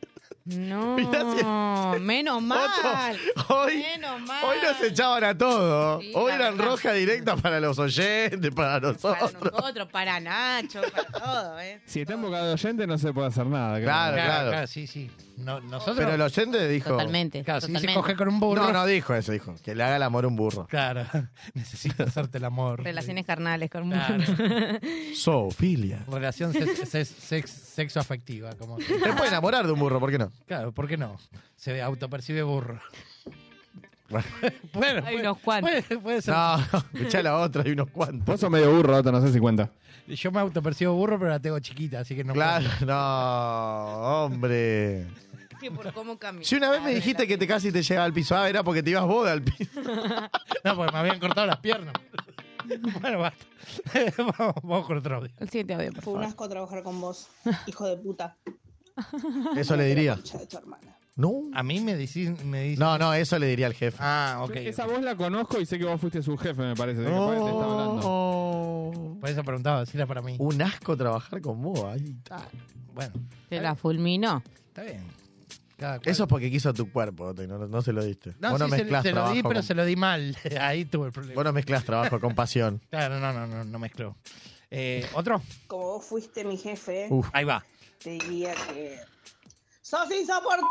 No,
Mirá
menos mal.
Hoy,
Menos mal.
hoy nos echaban a todos.
Sí,
hoy
la
eran
verdad.
roja directa para los oyentes, para
Para
nosotros.
nosotros, para Nacho, para todo, ¿eh?
Si está en boca de oyente no se puede hacer nada.
Claro,
Claro,
claro.
claro, sí, sí. No, nosotros.
Pero el oyente dijo.
Totalmente.
claro, si se
totalmente.
coge con un burro.
No, no dijo eso, dijo. Que le haga el amor a un burro.
Claro, necesito hacerte el amor.
Relaciones carnales con
Claro.
Zoofilia.
Relación sex- sex- sex- sexoafectiva. Como,
Se puede enamorar de un burro, ¿por qué no?
claro, ¿por qué no? Se autopercibe burro.
Bueno.
Bueno,
Hay
puede-
unos cuantos.
Puede, puede ser.
No, no, escuchá la otra, hay unos cuantos.
Vos sos medio burro, Otto, no sé si cuenta.
Yo me autopercibo burro, pero la tengo chiquita, así que no.
Claro, no, hombre.
Que por cómo camina.
Si una vez me dijiste que te casi te llegaba al piso, ah, era porque te ibas vos al piso.
No, porque me habían cortado las piernas. Bueno, basta. vamos, vamos con otro audio.
El siguiente audio, por
Fue un
favor.
asco trabajar con vos, hijo de puta.
Eso le diría.
Concha de tu hermana.
No.
A mí me dicen. Me dicen
No, no, eso le diría al jefe.
Ah, ok.
Esa voz la conozco y sé que vos fuiste su jefe, me parece. de que parece que te estaba hablando.
Oh.
Por eso preguntaba si era para mí.
Un asco trabajar con vos. ahí.
Bueno,
Te la fulminó.
está bien. Cada cual.
Eso es porque quiso tu cuerpo, Otto, y no, no se lo diste.
No,
vos no
sí, se,
mezclás
se lo
trabajo.
di, pero
con-
se lo di mal. Ahí tuve el problema.
Vos no mezclás trabajo con pasión.
Claro, no, no, no, no mezcló. Eh, ¿Otro?
Como vos fuiste mi jefe,
Uf.
Ahí va.
te diría que... ¡Sos insoportable,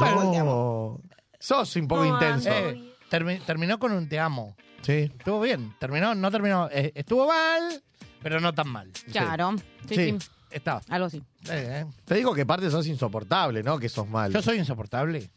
hijo de
No. Sos un poco intenso.
Eh, termi- terminó con un te amo.
Sí.
Estuvo bien. Terminó, no terminó. eh, estuvo mal, pero no tan mal.
Claro. Sí,
Sí.
sí.
Está.
Algo así.
Eh, eh.
Te digo que parte sos insoportable, ¿no? Que sos mal.
Yo soy insoportable.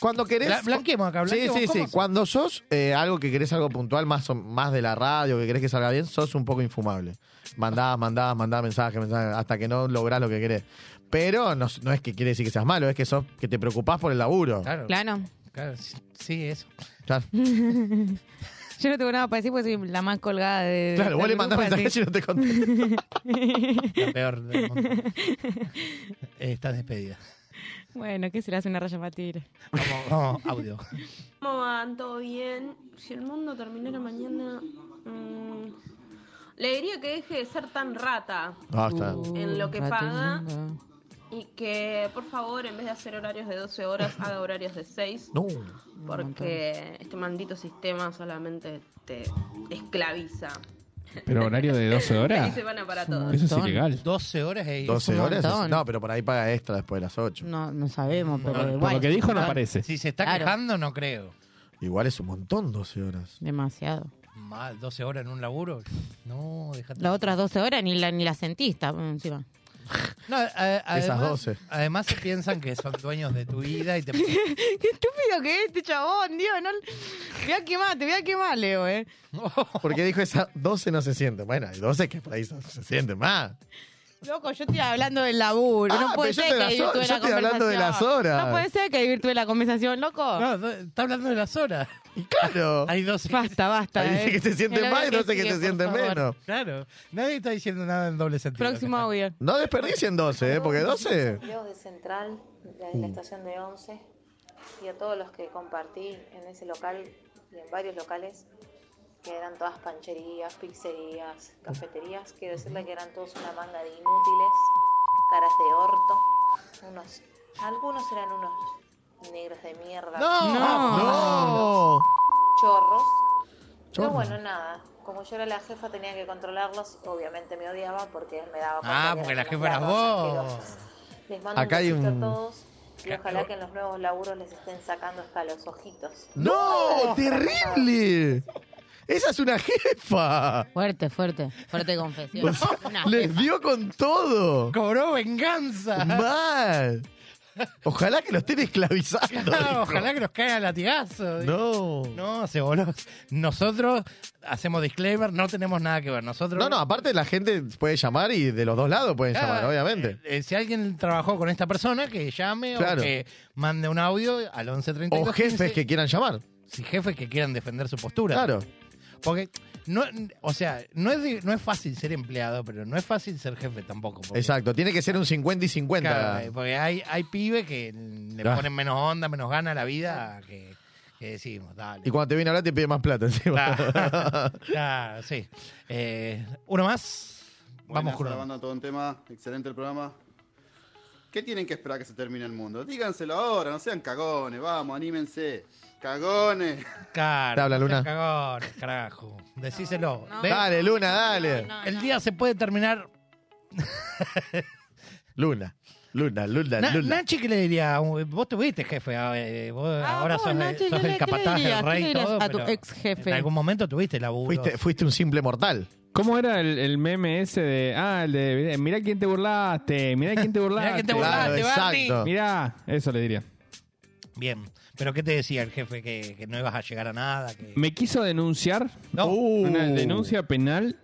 Cuando querés.
Bla- blanqueemos acá,
Sí,
blanqueemos.
sí, sí.
¿Cómo sos?
Cuando sos eh, algo que querés algo puntual, más, o- más de la radio, que querés que salga bien, sos un poco infumable. Mandás, mandás, mandás mensajes, mensajes, hasta que no lográs lo que querés. Pero no, no es que quiere decir que seas malo, es que sos que te preocupás por el laburo.
Claro.
Claro.
claro, sí, sí, eso.
Claro,
Yo no tengo nada para decir porque soy la más colgada de.
Claro, vos
del
le mandás
grupo,
mensajes
así.
y no te contestas.
La peor del mundo. Eh, Estás despedida.
Bueno, ¿qué será? Hace una raya para tirar.
Vamos,
Oh,
vamos, audio.
¿Cómo van? ¿Todo bien? Si el mundo terminara mañana... mm, le diría que deje de ser tan rata.
No, Ah, está.
Uh,
En lo que
Rato
paga.
inmundo.
Y que, por favor, en vez de hacer horarios de 12 horas, haga horarios de 6.
No.
Porque este maldito sistema solamente te esclaviza.
Pero horario de 12
Ahí
horas.
se van a para todos.
Eso es
montón.
ilegal.
12 horas eh,
12
un
horas.
montón.
No, pero por ahí paga extra después de las 8.
No, no sabemos, pero
Por
igual.
lo que dijo no aparece.
Si se está
Ah. Claro.
quejando, no creo.
Igual es un montón 12 horas.
Demasiado.
Mal, 12 horas en un laburo. No, déjate.
Las otras 12 horas ni la, ni la sentiste encima.
No, a-
eh,
a- además,
Esas 12.
Además se piensan que son dueños de tu vida y te...
Qué estúpido que es este chabón, Dios. No... Te voy a quemar, te voy a quemar, Leo, ¿eh?
Porque dijo esa 12 no se siente. Bueno, hay 12 que por ahí se se siente más.
Loco, yo estoy hablando del laburo.
Ah,
no puede ser
pero yo
que
te las
desvirtúe
horas-
la
yo estoy hablando de las
conversación.
horas.
No puede ser que desvirtúe la conversación, loco.
No, do- está hablando de las horas.
Y claro.
Hay 12.
Basta, basta.
Ahí dice
eh.
que se
El
siente
audio
más y no sé que
sigue,
se
por
siente
favor.
menos.
Claro, nadie está diciendo nada en doble sentido.
Próximo audio.
No desperdicien 12, ¿eh? porque Mm. 12.
Leo de Central, de la estación de 11, y a todos los que compartí en ese local y en varios locales,
que eran todas pancherías, pizzerías, cafeterías. Quiero decirle que eran todos una manga de inútiles, caras de orto. Unos, algunos eran unos negros de mierda.
¡No!
Chorros. Pero
Chorros.
bueno, nada. Como yo era la jefa, tenía que controlarlos. Obviamente me odiaba porque me daba cuenta
Ah,
que
porque
eran
la
unos
jefa eras
vagos
vos.
asquerosos. Les mando
Acá
un
hay
besito
un-
a todos. Y
Acá-
ojalá que en los nuevos laburos les estén sacando hasta los ojitos.
¡No! ¡Terrible! Esa es una jefa.
Fuerte, fuerte, fuerte confesión.
O sea,
Una
les
jefa.
dio con todo.
Cobró venganza.
Mal. Ojalá que lo estén esclavizando.
Ah,
dijo.
ojalá que nos caiga el latigazo.
No.
No, se voló. Nosotros hacemos disclaimer, no tenemos nada que ver. Nosotros.
No, no, aparte la gente puede llamar y de los dos lados pueden
Claro,
llamar, obviamente.
eh, si alguien trabajó con esta persona, que llame
Claro.
o que mande un audio al 1130.
O jefes que quieran llamar.
Si jefes que quieran defender su postura.
Claro.
Porque, no, o sea, no es, di- no es fácil ser empleado, pero no es fácil ser jefe tampoco. porque-
Exacto, tiene que ser un 50 y 50.
Claro, eh, porque hay, hay pibes que le
Ah.
ponen menos onda, menos gana a la vida que, que decimos, dale.
y cuando te viene a hablar te pide más plata encima.
Claro, sí. Eh, uno más. Vamos,
Buenas,
Curro.
la banda todo un tema, excelente el programa. ¿Qué tienen que esperar que se termine el mundo? Díganselo ahora, no sean cagones, vamos, anímense. Cagones.
Claro.
Te habla,
no seas
Luna.
cagón, carajo. Decíselo.
no.
¿Ves?
Dale, Luna, dale. No,
El día se puede terminar.
Luna, Luna, Luna,
Na-
Luna.
Nachi, ¿qué le diría? Vos tuviste jefe, ah, eh, vos ahora
vos,
sos,
Nachi, ¿qué
sos
le-
el
qué le
capataz,
dirías?
el
¿Qué le
rey,
dirías
todo.
a tu
pero
ex jefe?
En algún momento tuviste laburo.
Fuiste, fuiste un simple mortal.
¿Cómo era el, el meme ese de. Ah, el de. Mirá quién te burlaste, mirá quién te burlaste.
Mirá quién te burlaste, Claro, Barney. exacto.
Mirá, eso le diría.
Bien. ¿Pero qué te decía el jefe? Que, que no ibas a llegar a nada. que-
Me quiso denunciar una denuncia penal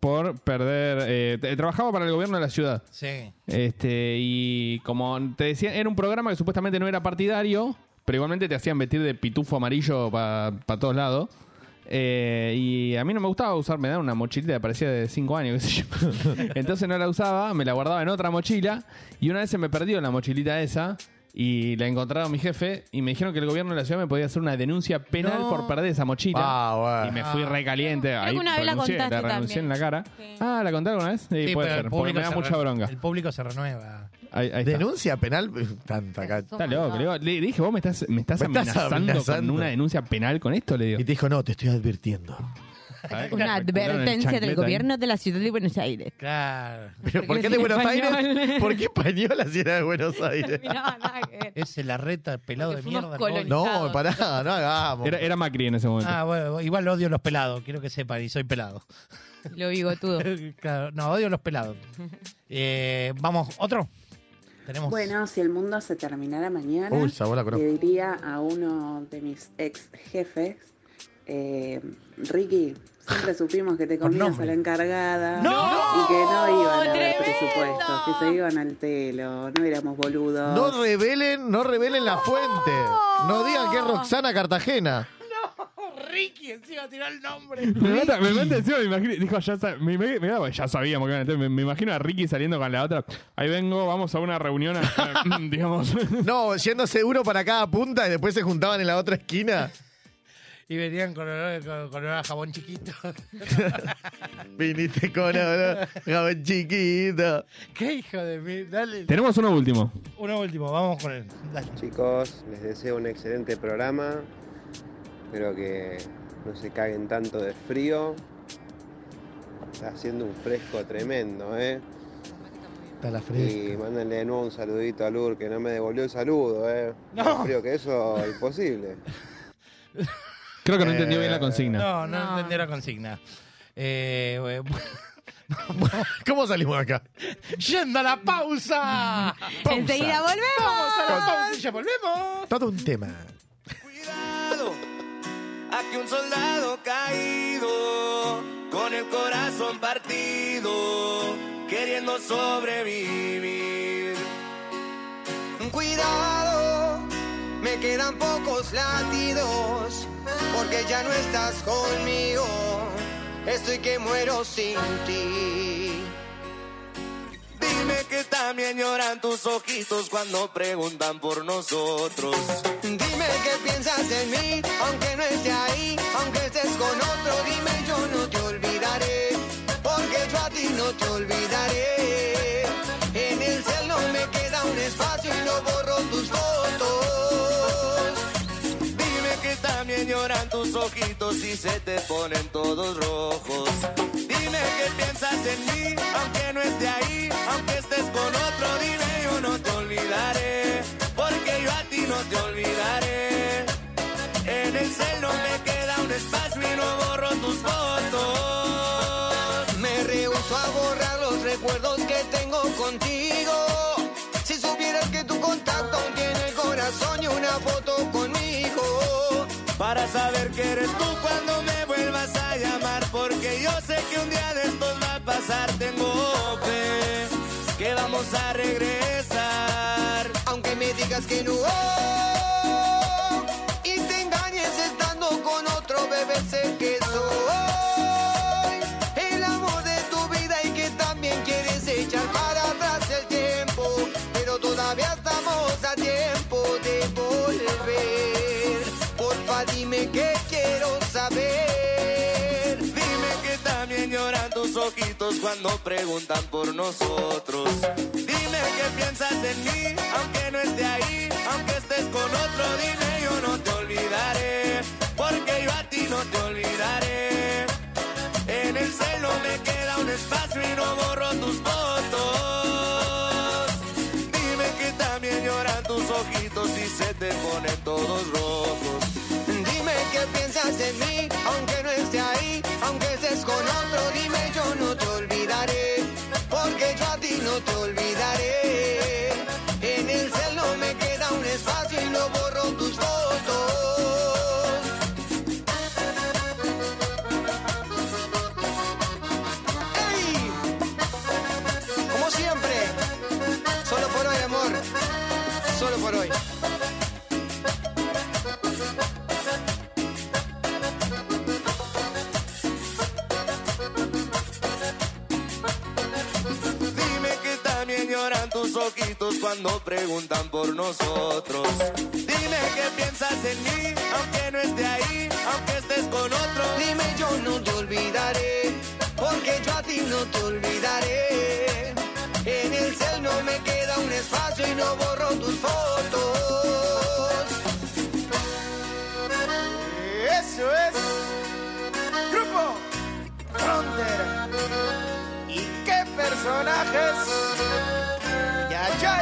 por perder. eh, t- trabajaba para el gobierno de la ciudad.
Sí.
Este, y como te decía, era un programa que supuestamente no era partidario, pero igualmente te hacían vestir de pitufo amarillo para todos lados. Eh, y a mí no me gustaba usar, me daban una mochilita que parecía de 5 años, qué sé yo. Entonces no la usaba, me la guardaba en otra mochila. Y una vez se me perdió la mochilita esa. Y la encontraron mi jefe y me dijeron que el gobierno de la ciudad me podía hacer una denuncia penal
No.
por perder esa mochila. Y me fui
Ah.
recaliente. Ahí
que una vez la
renuncié, la
contaste
renuncié en la
también.
cara. Ah, ¿la conté alguna vez? Sí, puede
Sí, pero el
ser, porque
público
me da
se
mucha
re-
bronca.
El público se renueva.
Denuncia penal. eh, Tanta ca-
Está loco, le, digo, le dije, vos me estás, me estás
Me estás
amenazando,
amenazando.
con una denuncia penal con esto, le digo. Y
te dijo, no, te estoy advirtiendo.
Una advertencia del gobierno de la ciudad de Buenos Aires.
Claro.
¿Pero por qué de Buenos Aires? ¿Por qué española si era de Buenos Aires?
Eh.
Ese la reta pelado de mierda. el
No,
pobre.
pará, no hagamos.
Era, era Macri en ese momento.
Ah, bueno, igual odio los pelados, quiero que sepan, y soy pelado.
Lo bigotudo.
claro, no, odio los pelados. Eh, vamos, otro. Tenemos.
Bueno, si el mundo se terminara mañana,
Uy, sabor a
le diría a uno de mis ex jefes, eh, Ricky,
Ah.
siempre supimos que te comías a la encargada y que no iban a haber presupuestos, que se iban al telo, no éramos boludos.
No revelen, no revelen la fuente. No digan que es Roxana Cartagena.
Ricky, encima tiró el nombre.
Me mata, me mata encima, me imagino, dijo, ya, sab- me, me- me daba- ya sabíamos que iban a tener, me, me imagino a Ricky saliendo con la otra. Ahí vengo, vamos a una reunión, a- digamos.
No, yéndose uno para cada punta y después se juntaban en la otra esquina.
Y venían con olor, con, con olor a jabón chiquito.
Viniste con olor, jabón chiquito.
¿Qué hijo de mí? Dale.
Tenemos uno último.
Uno último, vamos con él.
Chicos, les deseo un excelente programa. Espero que no se caguen tanto de frío. Está haciendo un fresco tremendo, ¿eh?
Está la
Y mándenle de nuevo un saludito a Lur, que no me devolvió el saludo, ¿eh? Más frío que eso, imposible.
Creo que no entendió
Eh,
bien la consigna.
No, no, entendió la consigna. Eh, bueno,
¿Cómo salimos de acá?
¡Yendo a la pausa!
Enseguida volvemos.
¡Vamos a la pausa y ya volvemos!
Todo un tema.
a que un soldado caído con el corazón partido queriendo sobrevivir.
Cuidado, me quedan pocos latidos, porque ya no estás conmigo. Estoy que muero sin ti.
Dime que también lloran tus ojitos cuando preguntan por nosotros.
Dime qué piensas de mí, aunque no esté ahí, aunque estés con otro, dime
yo borro tus fotos. Dime que también lloran tus ojitos y se te ponen todos rojos. Dime que piensas en mí, aunque no esté ahí, aunque estés con otro, dime yo no te olvidaré, porque yo a ti no te olvidaré. En el cel no me queda un espacio y no borro tus fotos.
Me rehuso a borrar los recuerdos que tengo contigo. Si supieras que tu contacto tiene el corazón y una foto conmigo.
Para saber que eres tú cuando me vuelvas a llamar, porque yo sé que un día de estos va a pasar. Tengo fe que vamos a regresar.
Aunque me digas que no.
Y te engañes estando con otro bebé, sé que
soy el amor de tu vida y que también quieres echar para atrás el tiempo. Pero todavía estamos a tiempo de volver. Porfa, dime que quiero saber.
Dime que también lloran tus ojitos cuando preguntan por nosotros. Dime que piensas en mí, aunque no esté ahí, aunque estés con otro, dime yo no te olvidaré, porque yo a ti no te olvidaré. En el celo me queda un espacio y no borro tus fotos. Dime que también lloran tus ojitos y se te ponen todos rojos.
Dime que piensas en mí, aunque no esté ahí, aunque estés con otro, dime yo no te olvidaré, porque yo a ti no te olvidaré. En el cel no me queda un espacio y no borro tus fotos.
¡Ey! Como siempre, solo por hoy, amor, solo por hoy. Dime que también lloran tus ojitos cuando preguntan por nosotros. Dime que piensas en mí, aunque no esté ahí, aunque estés con otro.
Dime yo no te olvidaré, porque yo a ti no te olvidaré. En el cel no me queda un espacio y no borro tus fotos.
Eso es. Grupo Frontera. ¿Y qué personajes? Ya, ya.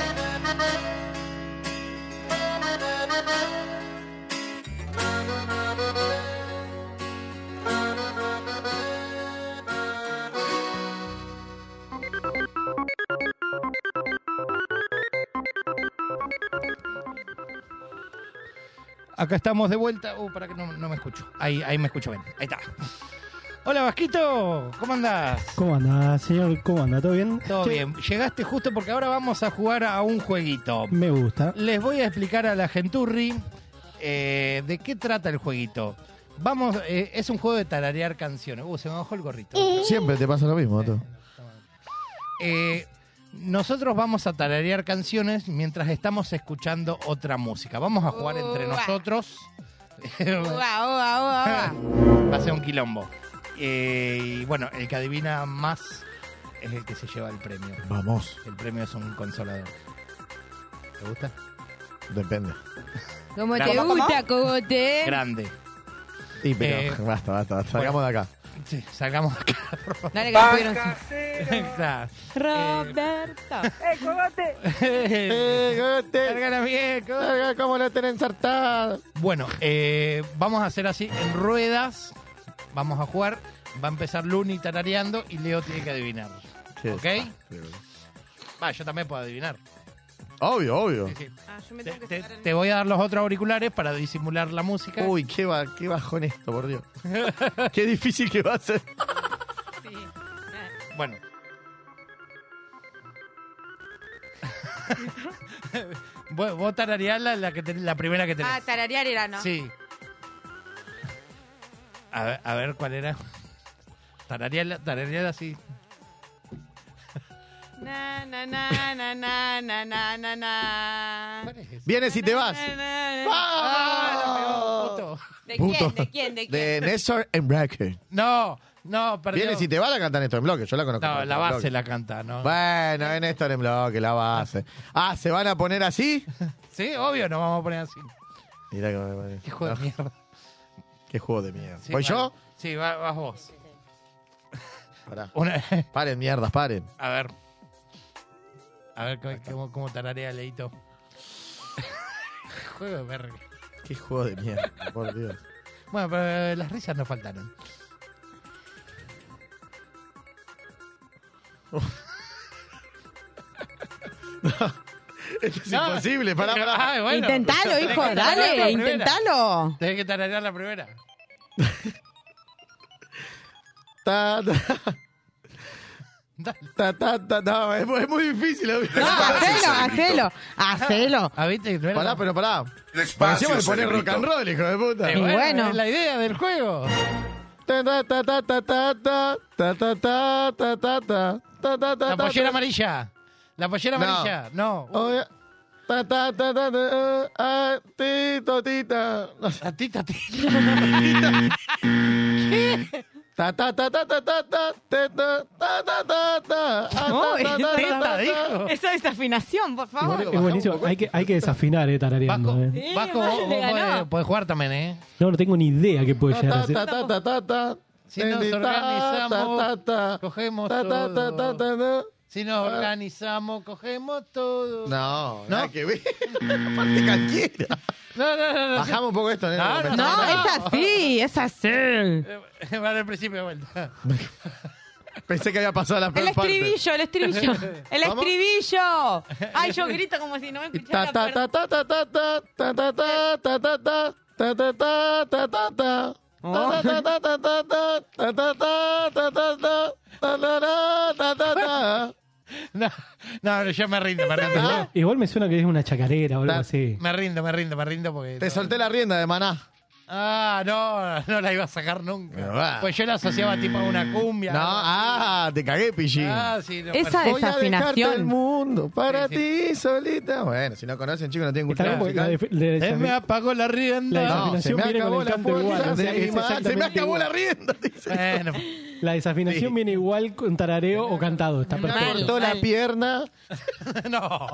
Acá estamos de vuelta. Uh, para que no, no me escucho. Ahí, ahí me escucho bien. Ahí está. Hola, Vasquito. ¿Cómo andás?
¿Cómo anda, señor? ¿Cómo anda? ¿Todo bien?
Todo
Che,
bien. Llegaste justo porque ahora vamos a jugar a un jueguito.
Me gusta.
Les voy a explicar a la genturri eh, de qué trata el jueguito. Vamos, eh, es un juego de tararear canciones. Uh, se me bajó el gorrito.
Siempre te pasa lo mismo, Otto.
Eh, nosotros vamos a tararear canciones mientras estamos escuchando otra música. Vamos a jugar entre nosotros.
Uva, uva, uva, uva.
Va a ser un quilombo. Eh, y bueno, el que adivina más es el que se lleva el premio.
Vamos.
El premio es un consolador. ¿Te gusta?
Depende.
Como te
Grande.
gusta, cogote.
Grande.
Sí, pero
Eh,
basta, basta, basta. Salgamos de acá.
Sí, salgamos de acá. por favor.
Dale, que nos pudieron-
Exacto.
Roberto.
¡Eh, cogote!
¡Eh, cogote!
Sálgala bien,
cogote! ¿Cómo lo tenés ensartado?
Bueno, eh, vamos a hacer así en ruedas. Vamos a jugar. Va a empezar Luni tarareando y Leo tiene que adivinar. ¿Ok? Va, yo también puedo adivinar.
Obvio, obvio.
Sí, sí. Te, te- te voy a dar los otros auriculares para disimular la música.
Uy, qué, ba- qué bajón esto, por Dios. qué difícil que va a ser.
Bueno. vos, vos tarareala la, que ten- la primera que tenés.
Ah, tararear era, ¿no?
Sí. A ver, a ver cuál era. Tarareala, tarareala, sí.
Na, na, na, na, na, na, na, na, na.
Vienes y te vas.
Na, na, na.
¡Ah!
Ah, la pegó, puto. ¿De
Puto.
quién? ¿De quién? ¿De quién?
De Nestor en Bloque.
No, no, perdió.
Viene si te va la canta Néstor en Bloque, yo la conozco.
No,
Néstor
la
en
base
Bloque.
la canta, ¿no?
Bueno, es Néstor en Bloque, la base. Ah, ¿se van a poner así?
Sí, obvio, nos vamos a poner así.
Mirá que me pone.
Qué juego de mierda.
Qué juego de mierda.
Sí,
¿Voy
va-
yo?
Sí, va- vas vos.
Pará.
Una-
Paren, mierdas, paren.
A ver. A ver cómo- cómo, cómo tararea Leito. juego de verga.
Qué juego de mierda, por Dios.
Bueno, pero eh, las risas no faltaron.
Esto es
No,
imposible, pará,
pero-
pará.
ay, Ah, bueno.
Intentalo,
Tenés que
hijo,
tararear
dale,
la primera.
intentalo.
Tenés que tararear la primera.
Ta, ta. Ta, ta, ta, no, es, es muy difícil. No,
hacelo, hacelo,
hacelo. Ah, ¿Viste? No era
Pará,
tan-
pero pará. Por encima de poner rock and roll, hijo de puta.
Eh, bueno, es la idea del juego.
Ta, ta, ta, ta, ta, ta, ta, ta, ta, ta, ta, ta, ta, ta, ta, ta,
La
ta,
pollera
ta.
amarilla. La pollera
No.
amarilla. No.
Oh, ya. Ta, ta, ta, ta, ta, ah, tito, tita.
La tita, tita.
Ta, ta, ta, ta, ta, ta, ta, te, ta, ta, ta, ta, ta, ah, ta,
Uy,
ta, ta, ta, ta,
tenta. Esa desafinación, por favor.
Es buenísimo. Hay que, hay que desafinar, eh, tarareando. eh.
Sí,
Vasco,
mal,
vos,
le
vos
ganó.
podés, podés jugar también, ¿eh?
No, no tengo ni idea qué puede llegar a
ta,
ser.
ta, ta, ta, ta, ta.
Si nos
Te, ta,
organizamos,
ta, ta, ta.
Cogemos
Ta, ta,
todo.
ta, ta, ta, ta. Ah.
Si nos organizamos, cogemos todo. ¿No?
No, nada que ver. Aparte cualquiera.
No, no, no. no.
Bajamos un poco esto, nene.
No,
porque
no,
me-
No, es así, es así. El
Eh, Vale, al principio de vuelta.
Pensé que había pasado la peor parte.
estribillo, el estribillo. El
¿Vamos?
estribillo. Ay, yo grito como si no me
Ta,
escuchara.
ta,
pero-
ta, ta, ta, ta, ta, ta, ta, ta, ta, ta, ta, ta, ta, ta, ta, ta, ta. Ta, ta, ta, ta, ta, ta, ta, ta, ta, ta, ta, ta, ta, ta, ta, ta, ta, ta.
No, no, no, yo me rindo, me rindo.
Igual me suena que es una chacarera o algo así.
Me rindo, me rindo, me rindo porque.
Te solté la rienda de maná.
Ah, no, no la iba a sacar
Pero
nunca.
va.
Pues yo la asociaba tipo a una cumbia.
No, ah, te cagué, pillín.
Ah, sí, no,
Esa
perdón.
Voy a dejarte
desafinación.
el mundo para
Sí,
ti solita. Bueno, si no conocen, chicos, no tienen
Está
cultura
bien, porque la
musical.
def- la
Se
desafi-
me apagó la
La
rienda.
No, se
desafinación
me
viene con
acabó
el
la
canto igual.
fuerza
o sea,
de
es
mi mano, se me
exactamente
acabó la
igual.
rienda. dice.
Bueno,
La desafinación viene igual con tarareo o cantado. Está
Me
perfecto.
cortó la
mal.
pierna.
no.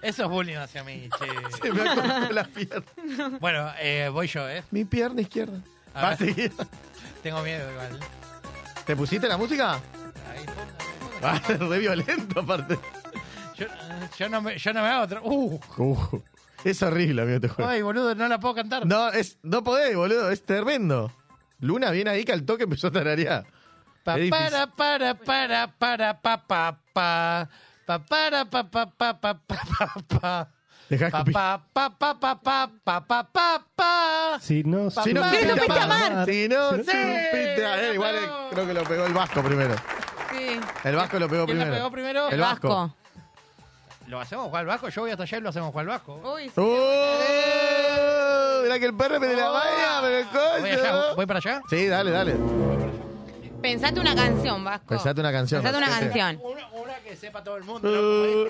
Eso es bullying hacia mí, che.
Se me cortó la pierna.
Bueno, eh, voy yo, ¿eh?
Mi pierna izquierda.
A
Va a
ver.
seguir.
Tengo miedo igual.
¿Te pusiste la música?
Ahí.
Ah, re violento, aparte.
Yo, yo no me, yo no me hago otro. Uh,
Uh, es horrible, amigo, te juego.
ay, boludo, no la puedo cantar.
No, es, no podés, boludo, es tremendo. Luna viene ahí que al toque empezó a tararear.
Pa,
Es difícil.
para, para, para, para, pa, pa, pa. Pa, para, pa, pa, pa, pa, pa, pa, pa.
Dejá
Pa,
escupir.
pa, pa, pa, pa, pa, pa, pa, pa, pa.
Si no,
Si
Si no
Pa,
supiste
pa,
supiste
amar,
amar.
Si no
Si no
supiste amar. Eh, Igual eh, creo que lo pegó el Vasco primero.
Sí.
El Vasco lo pegó
¿Quién la
primero.
pegó primero?
El Vasco.
¿Lo hacemos Juan Bajo? Yo voy hasta allá y lo hacemos Juan Bajo.
Uy, sí.
¡Oh! ¡Uh! Mirá que el perro me de la valla, pero el
Voy, allá,
coño.
voy para allá.
Sí, dale, dale.
Pensate una canción, Vasco.
Pensate una canción.
Pensate una
Sí, sí.
canción.
Una, una que sepa todo el mundo. ¿no?
Uh,
Como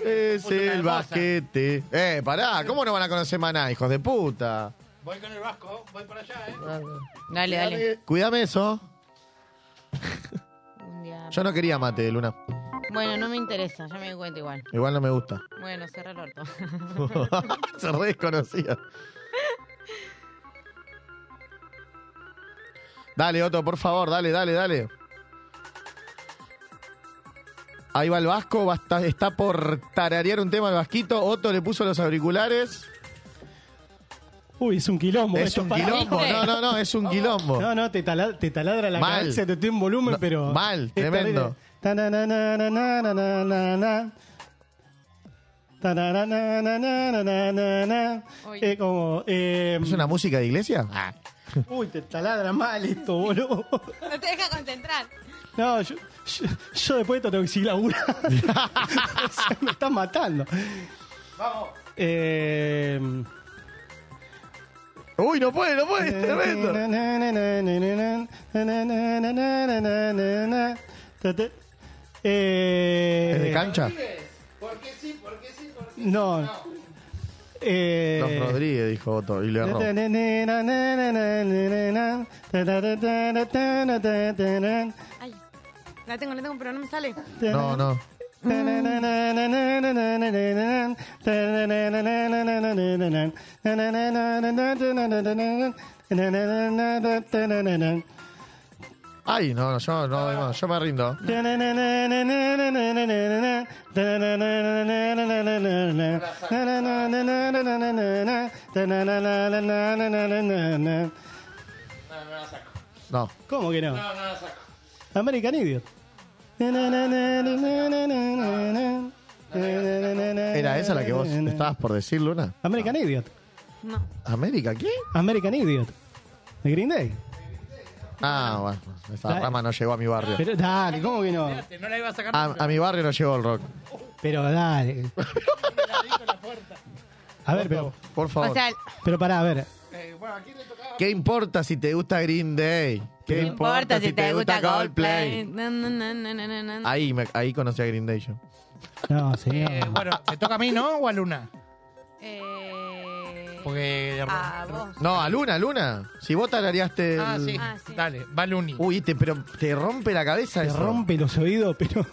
dice,
es
puta, una
el
hermosa.
basquete. Eh, pará, ¿cómo no van a conocer Maná, hijos de puta?
Voy con el Vasco, voy para allá, ¿eh?
Dale, dale.
Cuídame eso.
Un día-
Yo no quería mate, Luna.
Bueno, no me interesa, ya me di cuenta igual.
Igual no me gusta.
Bueno, cerra el orto.
Se re desconocía. Dale, Otto, por favor, dale, dale, dale. Ahí va el Vasco, va- está, está por tararear un tema al Vasquito. Otto le puso los auriculares.
Uy, es un quilombo.
Es
esto,
un
pará.
quilombo, no, no, no, es un quilombo.
No, no, te, tala- te taladra la
Mal.
cabeza, te tiene un volumen,
No,
pero.
mal,
es terrible.
tremendo.
Tanananananana. Tanananananana.
Uy.
Es como. eh,
¿Es una música de iglesia?
Uy, te taladra mal esto, boludo.
No te deja concentrar.
No, yo, yo- yo después de esto tengo que seguir laburando. O sea, me están matando.
Vamos.
Eh,
Uy, no puede, no puede, es tremendo.
Eh,
¿Es de cancha?
Porque sí, porque sí, porque sí.
No. Eh,
Los Rodríguez, dijo Otto, y le erró.
Ay, la tengo, la tengo, pero no me sale.
No, no. Ay, no, no, yo no doy más, yo me rindo.
No, no la saco.
No.
¿Cómo que no?
No, no la saco.
American Idiot.
¿Era esa la que vos estabas por decir, Luna?
American Idiot.
No.
¿América qué?
American Idiot. De Green Day.
Ah, bueno, esa
La-
rama no llegó a mi barrio.
Pero dale, ¿cómo que no?
No la iba a sacar.
A, a mi barrio no llegó el rock.
Pero dale. A ver, pero.
Por favor.
O sea,
Pero pará, a ver.
Eh,
¿Qué importa si te gusta Green Day? ¿Qué
no importa si te gusta Coldplay.
Coldplay?
Na, na, na, na, na, na, na.
Ahí, me- ahí conocí a Green Day yo.
No, sí.
eh, Bueno, ¿te toca a mí, no? ¿O a Luna? Porque.
A vos.
No, a Luna, Luna. Si vos tarareaste.
Ah,
el-
sí. Dale, va Luni.
Uy, te, pero te rompe la cabeza
Te
eso.
rompe los oídos, pero.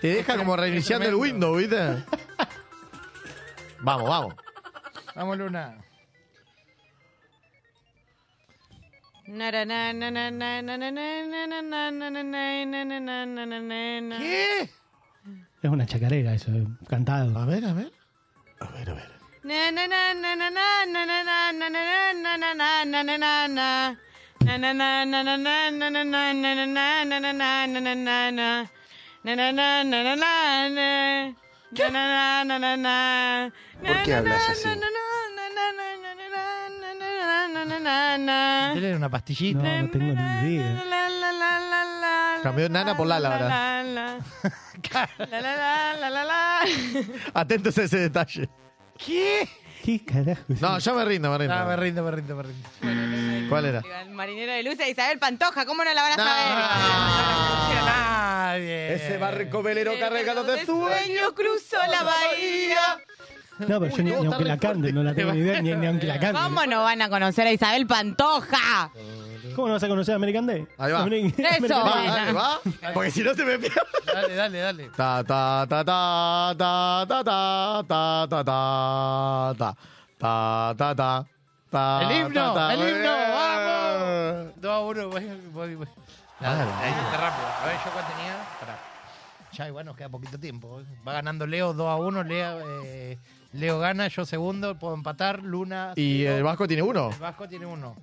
Te deja como reiniciando el Windows, ¿viste? vamos, vamos.
Vamos, Luna.
Na, na, na, na, na, na, na, na, na, na, na, na, na, na, na, na, na, na, na, na.
Es una chacarera eso, eh, cantado.
A ver, a ver.
Na, na, na, na, na, na, na, na, na, na, na, na, na, na, na, na, na. Na, na, na, na, na, na, na, na, na, na, na, na, na, na, na, na, na, na, na. Na, na, na, na, na, na, na. Na, na, na, na, na, na.
¿Por qué hablas así?
Na, na, na, na.
Dele una pastillita.
No, no tengo ni idea.
La, la, la, la, la.
Cambió Nana por Lala ahora.
La, la. La, la, la, la, la, la.
Atentos a ese detalle.
¿Qué?
¿Qué carajo?
No, yo me rindo, me rindo.
Ah, me rindo, me rindo, me rindo.
¿Cuál era?
El marinero de Luce, Isabel Pantoja, ¿cómo no la van a saber?
Ah,
Nadie.
Ese barco velero cargado de
Sueño cruzó la bahía.
No, pero yo ni, ni aunque la cante, no la tengo ni idea, ni, ni aunque la cante.
¿Cómo no van a conocer a Isabel Pantoja?
¿Cómo no vas a conocer a American Day?
Ahí va.
Ameri-
Eso.
American
Va,
Day.
dale, va. Porque si no se me pierde.
Dale, dale, dale.
Ta ta ta ta ta ta ta ta ta ta ta ta ta ta ta
El himno,
ta, ta.
el himno, vamos. Ah, Dos a uno, voy, voy, voy.
Dale.
Ahí está rápido. A ver, yo cuánto tenía. Pará. Ya igual nos queda poquito tiempo. ¿eh? Va ganando Leo 2 a 1. Leo, eh, Leo gana, yo segundo. Puedo empatar. Luna.
¿Y
cero.
el Vasco tiene uno?
El Vasco tiene uno.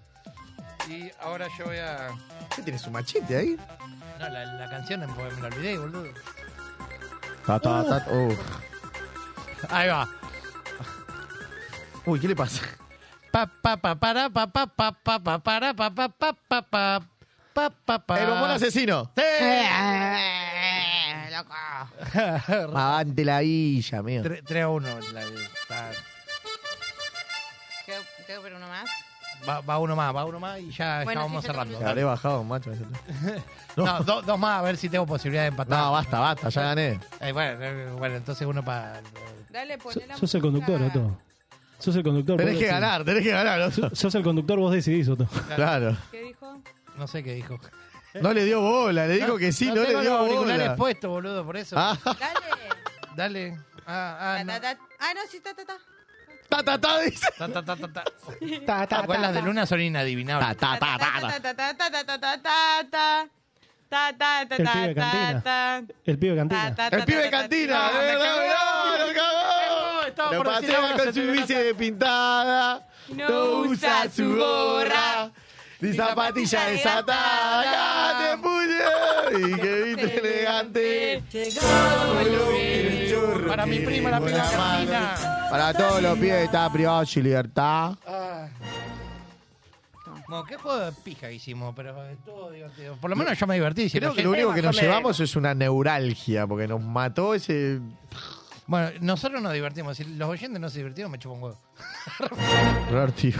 Y ahora yo voy a.
¿Qué eh. tiene su machete ahí?
No, la, la canción me me la olvidé, boludo.
Ta ta ta. Uf.
Ahí va.
Uy, ¿qué le pasa?
Pa, pa, pa, para, pa, pa, pa, pa, pa, para, pa, pa, pa, pa, pa, pa, pa, pa.
El bombón asesino.
Eh, Loco.
Avante la villa, mío.
3 a 1. la- está-
¿Qué- qué, pero uno más?
Va, va uno más, va uno más y ya, ya
Bueno,
vamos
sí, yo
cerrando.
Te habré bajado, macho.
No, do- dos más a ver si tengo posibilidad de empatar.
No, basta, basta, ya gané.
Eh, bueno, eh, bueno, entonces uno para.
Dale,
So-
poné la
Sos el conductor, Otto. Sos el conductor.
Tenés
vos
que
decidís.
ganar, tenés que ganar.
So- Sos el conductor, vos decidís, Otto.
Claro.
¿Qué dijo?
No sé qué dijo.
No le dio bola, le dijo que sí, no le
tengo
dio
los auriculares
bola.
puestos, boludo, por eso.
Ah,
Dale.
Dale. Ah, ah, no.
Ta, ta, ta. Ah, no, sí, ta, ta, ta.
ta ta ta dice.
Ta, ta, ta, ta, ta.
Ta, ta,
Igual
ta,
Ah, pues las de
ta.
Luna son inadivinables.
ta
Ta,
ta
ta, ta, ta, ta, ta, ta, ta, ta. Ta, ta, ta,
El
ta,
pibe de
ta,
cantina.
ta.
El pibe de
Ta,
cantina.
ta, ta,
El
ta,
pibe
ta,
de
ta,
cantina.
ta.
eh,
me cagó.
no, no, cagó.
Eh, estaba
Lo
por decir
pasea
algo, se
con su
me
bici pintada.
No
No usa
usa
su gorra. Ni zapatilla
zapatilla
desatada. ¡Te pude! Y que viste elegante.
Para mi prima, la prima Cristina.
Para todos los pies está privado su libertad.
Bueno, qué juego de pija que hicimos, pero estuvo divertido. Por lo menos yo me divertí. si
Creo
no
que
sé-
lo único que nos
Déjame-
llevamos es una neuralgia, porque nos mató ese.
Bueno, nosotros nos divertimos. Si los oyentes no se divirtieron, me chupa un huevo.
Raro, tío.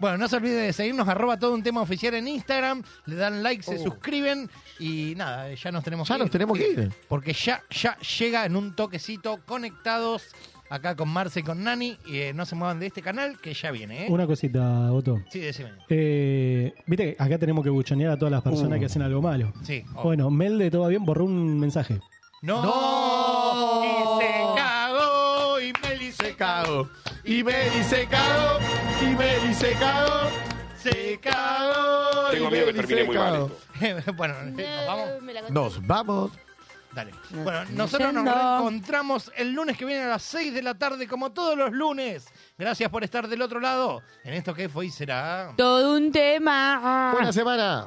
Bueno, no se olviden de seguirnos, arroba todo un tema oficial en Instagram. Le dan like, se suscriben y nada, eh, Oh. ya nos tenemos
Ya
que
nos
ir.
tenemos que ir.
Porque ya, ya llega en un toquecito conectados acá con Marce y con Nani. Y eh, no se muevan de este canal que ya viene, ¿eh?
Una cosita, Otto.
Sí, decime.
Eh, Viste, que acá tenemos que buchonear a todas las personas
Uh.
que hacen algo malo.
Sí, obvio.
Bueno, Melde, todo bien, borró un mensaje.
¡No!
¡No!
Y se
cagó, y Meli se cagó, y Meli se cagó, y Meli se cagó, se cagó.
Tengo miedo que termine muy mal eh. esto.
bueno, nos vamos.
Nos vamos.
Dale. Bueno, nosotros nos reencontramos el lunes que viene a las 6 de la tarde, como todos los lunes. Gracias por estar del otro lado. En esto que fue y será.
Todo un tema.
Buena semana.